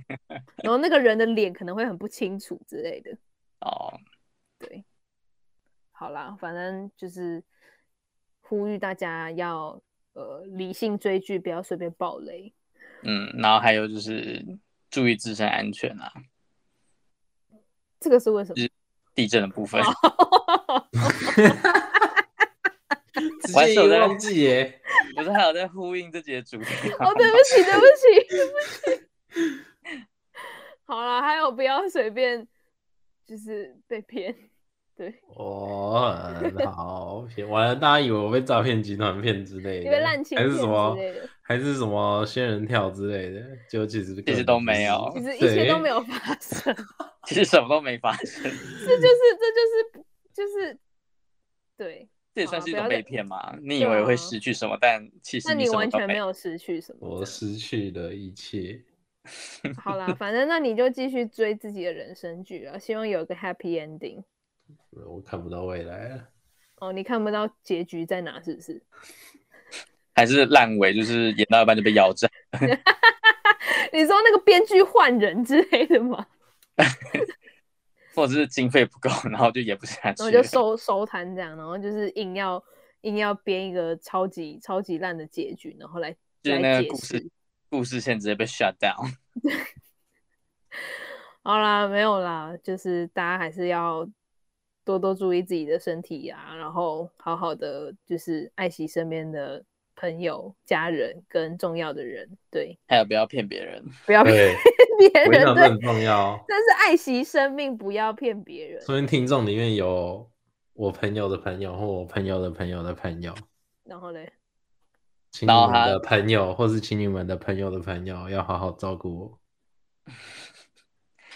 Speaker 3: 然后那个人的脸可能会很不清楚之类的。
Speaker 2: 哦，
Speaker 3: 对，好啦，反正就是呼吁大家要呃理性追剧，不要随便爆雷。
Speaker 2: 嗯，然后还有就是注意自身安全啊，
Speaker 3: 这个是为什么？
Speaker 2: 地震的部分，
Speaker 3: 哦
Speaker 1: 直
Speaker 2: 完
Speaker 1: 接
Speaker 2: 手
Speaker 1: 遗
Speaker 2: 的
Speaker 1: 忘记耶，
Speaker 2: 不是还有在呼应这集的主题吗？
Speaker 3: 哦，对不起，对不起，对不起。 好了，还有不要随便就是被骗，对，
Speaker 1: 哦，很好，完了，大家以为我被诈骗集团骗之类
Speaker 3: 因
Speaker 1: 的，
Speaker 3: 为烂情
Speaker 1: 还
Speaker 3: 骗
Speaker 1: 是什么
Speaker 3: 之，类的，
Speaker 1: 还是什么仙人跳之类的，就其实
Speaker 2: 其实都没有
Speaker 3: 其实一切都没
Speaker 1: 有，
Speaker 3: 有发 生，
Speaker 2: 其实什么都没发生，
Speaker 3: 这就是这就是就是对，
Speaker 2: 这也算是一
Speaker 3: 好
Speaker 2: 种
Speaker 3: 啊不要再啊
Speaker 2: 被骗嘛？你以为会失去什么，但其实
Speaker 3: 那你
Speaker 2: 什么
Speaker 3: 完
Speaker 2: 都
Speaker 3: 全没
Speaker 2: 没。
Speaker 3: 有失去什么
Speaker 1: 我
Speaker 3: 的。
Speaker 1: 失去了一切。
Speaker 3: 好啦，反正那你就继续追自己的人生剧啊，希望有一个 happy ending。
Speaker 1: 我看不到未来了。
Speaker 3: 哦，你看不到结局在哪，是不是？
Speaker 2: 还是烂尾，就是演到一半就被腰斩。
Speaker 3: 你说那个编剧换人之类的吗？
Speaker 2: 或者是经费不够，然后就演不下去
Speaker 3: 然后。就收收摊这样，然后就是硬要硬要编一个超级超级烂的结局，然后来
Speaker 2: 就是那
Speaker 3: 来
Speaker 2: 个
Speaker 3: 解
Speaker 2: 故
Speaker 3: 释
Speaker 2: 事。故事线直接被 shut down。
Speaker 3: 好啦，没有啦，就是大家还是要多多注意自己的身体啊，然后好好的就是爱惜身边的朋友、家人跟重要的人，对，
Speaker 2: 还有不要骗别人，
Speaker 3: 不要骗
Speaker 1: 对，
Speaker 3: 别
Speaker 1: 我想
Speaker 3: 人，
Speaker 1: 这很
Speaker 3: 对，
Speaker 1: 重要。
Speaker 3: 但是爱惜生命，不要骗别人。
Speaker 1: 说明听众里面有我朋友的朋友，或我朋友的朋友的朋友，
Speaker 3: 然后嘞，
Speaker 1: 请你
Speaker 2: 然后
Speaker 1: 们
Speaker 2: 他
Speaker 1: 的朋友，或是请你们的朋友的朋友，要好好照顾我。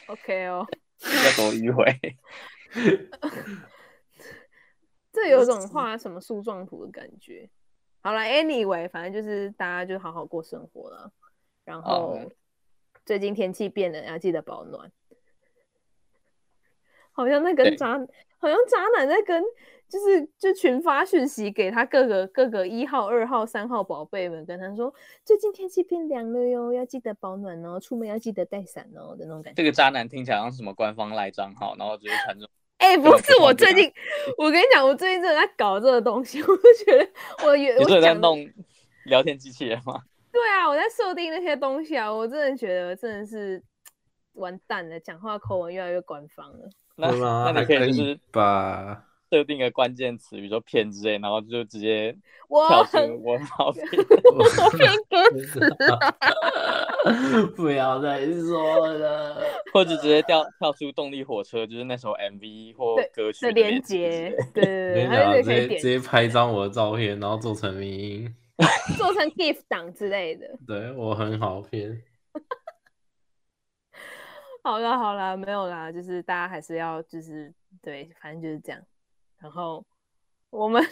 Speaker 3: ，OK 哦，
Speaker 2: 要多迂回。
Speaker 3: 这有种画什么树状图的感觉。好了，anyway，反正就是大家就好好过生活了。然后、
Speaker 2: 嗯
Speaker 3: 最近天气变冷，要记得保暖。好像在跟
Speaker 2: 对
Speaker 3: 渣，好像渣男在跟，就是就群发讯息给他各个各个一号、二号、三号宝贝们，跟他说最近天气变凉了哟，要记得保暖哦，出门要记得带伞哦的那种感
Speaker 2: 这
Speaker 3: 觉。
Speaker 2: 个渣男听起来像什么官方赖账号，然后直接传出。
Speaker 3: 哎、
Speaker 2: 这
Speaker 3: 不
Speaker 2: 种
Speaker 3: 是，
Speaker 2: 情
Speaker 3: 我
Speaker 2: 况
Speaker 3: 最
Speaker 2: 对
Speaker 3: 近，我跟你讲，我最近真的在搞这个东西， 我就觉得我原
Speaker 2: 你
Speaker 3: 我
Speaker 2: 说
Speaker 3: 讲
Speaker 2: 你在
Speaker 3: 的
Speaker 2: 弄聊天机器人吗？
Speaker 3: 对啊，我在设定那些东西啊，我真的觉得真的是完蛋了，讲话口吻越来越官方了。
Speaker 2: 那
Speaker 1: 对吗？
Speaker 2: 那
Speaker 1: 还
Speaker 2: 你可
Speaker 1: 以
Speaker 2: 就是
Speaker 1: 吧？
Speaker 2: 设定个关键词，比如说骗之类，然后就直接
Speaker 3: 我
Speaker 2: 跳出
Speaker 3: 很
Speaker 2: 我好骗。
Speaker 1: 我
Speaker 3: 偏歌词，啊
Speaker 1: 不要再说了。
Speaker 2: 或者直接跳跳出动力火车，就是那首 MV 或
Speaker 3: 对
Speaker 2: 歌曲
Speaker 3: 的连接，
Speaker 1: 我
Speaker 3: 对
Speaker 1: 跟
Speaker 3: 对对，
Speaker 1: 你
Speaker 3: 它
Speaker 1: 讲，
Speaker 3: 就
Speaker 1: 直
Speaker 3: 是可
Speaker 1: 接啊直
Speaker 3: 以点啊
Speaker 1: 接拍一张我的照片，然后做成名音。
Speaker 3: 做成 GIF 档之类的。
Speaker 1: 对我很好骗。
Speaker 3: 好啦好啦，没有啦，就是大家还是要就是对，反正就是这样。然后我们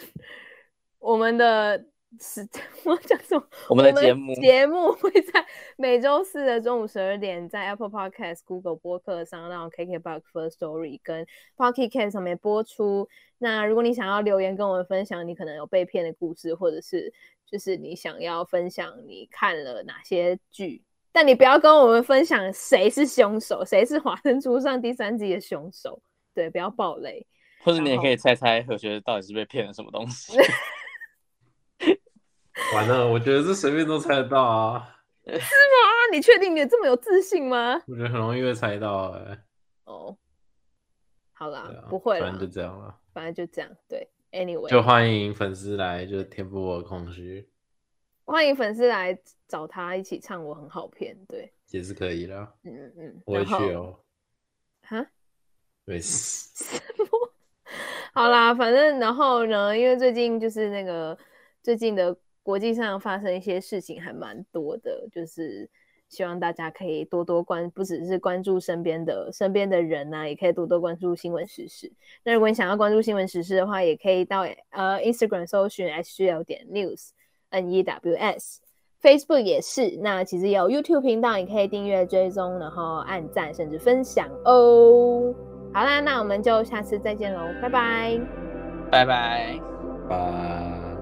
Speaker 3: 我们的是 我讲什么？
Speaker 2: 我们的节目
Speaker 3: 节目会在每周四的中午十二点，在 Apple Podcast、Google 播客上，让 KKBox、First Story 跟 Pocket Cast 上面播出。那如果你想要留言跟我们分享你可能有被骗的故事，或者是就是你想要分享你看了哪些剧，但你不要跟我们分享谁是凶手，谁是《华灯初上》第三集的凶手，对，不要暴雷。
Speaker 2: 或者你也可以猜猜何学到底是被骗了什么东西。
Speaker 1: 完了，我觉得这随便都猜得到啊，
Speaker 3: 啊，你确定你这么有自信吗？
Speaker 1: 我觉得很容易会猜到哎、
Speaker 3: 哦，好啦，
Speaker 1: 对啊，
Speaker 3: 不会
Speaker 1: 反
Speaker 3: 啦
Speaker 1: 正，就这样了。
Speaker 3: 反正就这样。对，anyway，
Speaker 1: 就欢迎粉丝来，就是填补我的空虚
Speaker 3: 欢迎粉丝来找他一起唱《我很好骗》。对，
Speaker 1: 也是可以的，
Speaker 3: 嗯嗯嗯，
Speaker 1: 我会
Speaker 3: 然后
Speaker 1: 去哦，
Speaker 3: 哈，
Speaker 1: 没事。
Speaker 3: 好啦，反正然后呢，因为最近就是那个最近的国际上发生一些事情还蛮多的，就是希望大家可以多多关，不只是关注身边的身边的人呐、也可以多多关注新闻时事。那如果你想要关注新闻时事的话，也可以到呃 Instagram 搜寻 HGL 点 news n e w s。Facebook 也是，那其实也有 YouTube 频道，你可以订阅、追踪，然后按赞，甚至分享哦。好啦，那我们就下次再见喽，拜拜。
Speaker 2: 拜拜。
Speaker 1: 拜。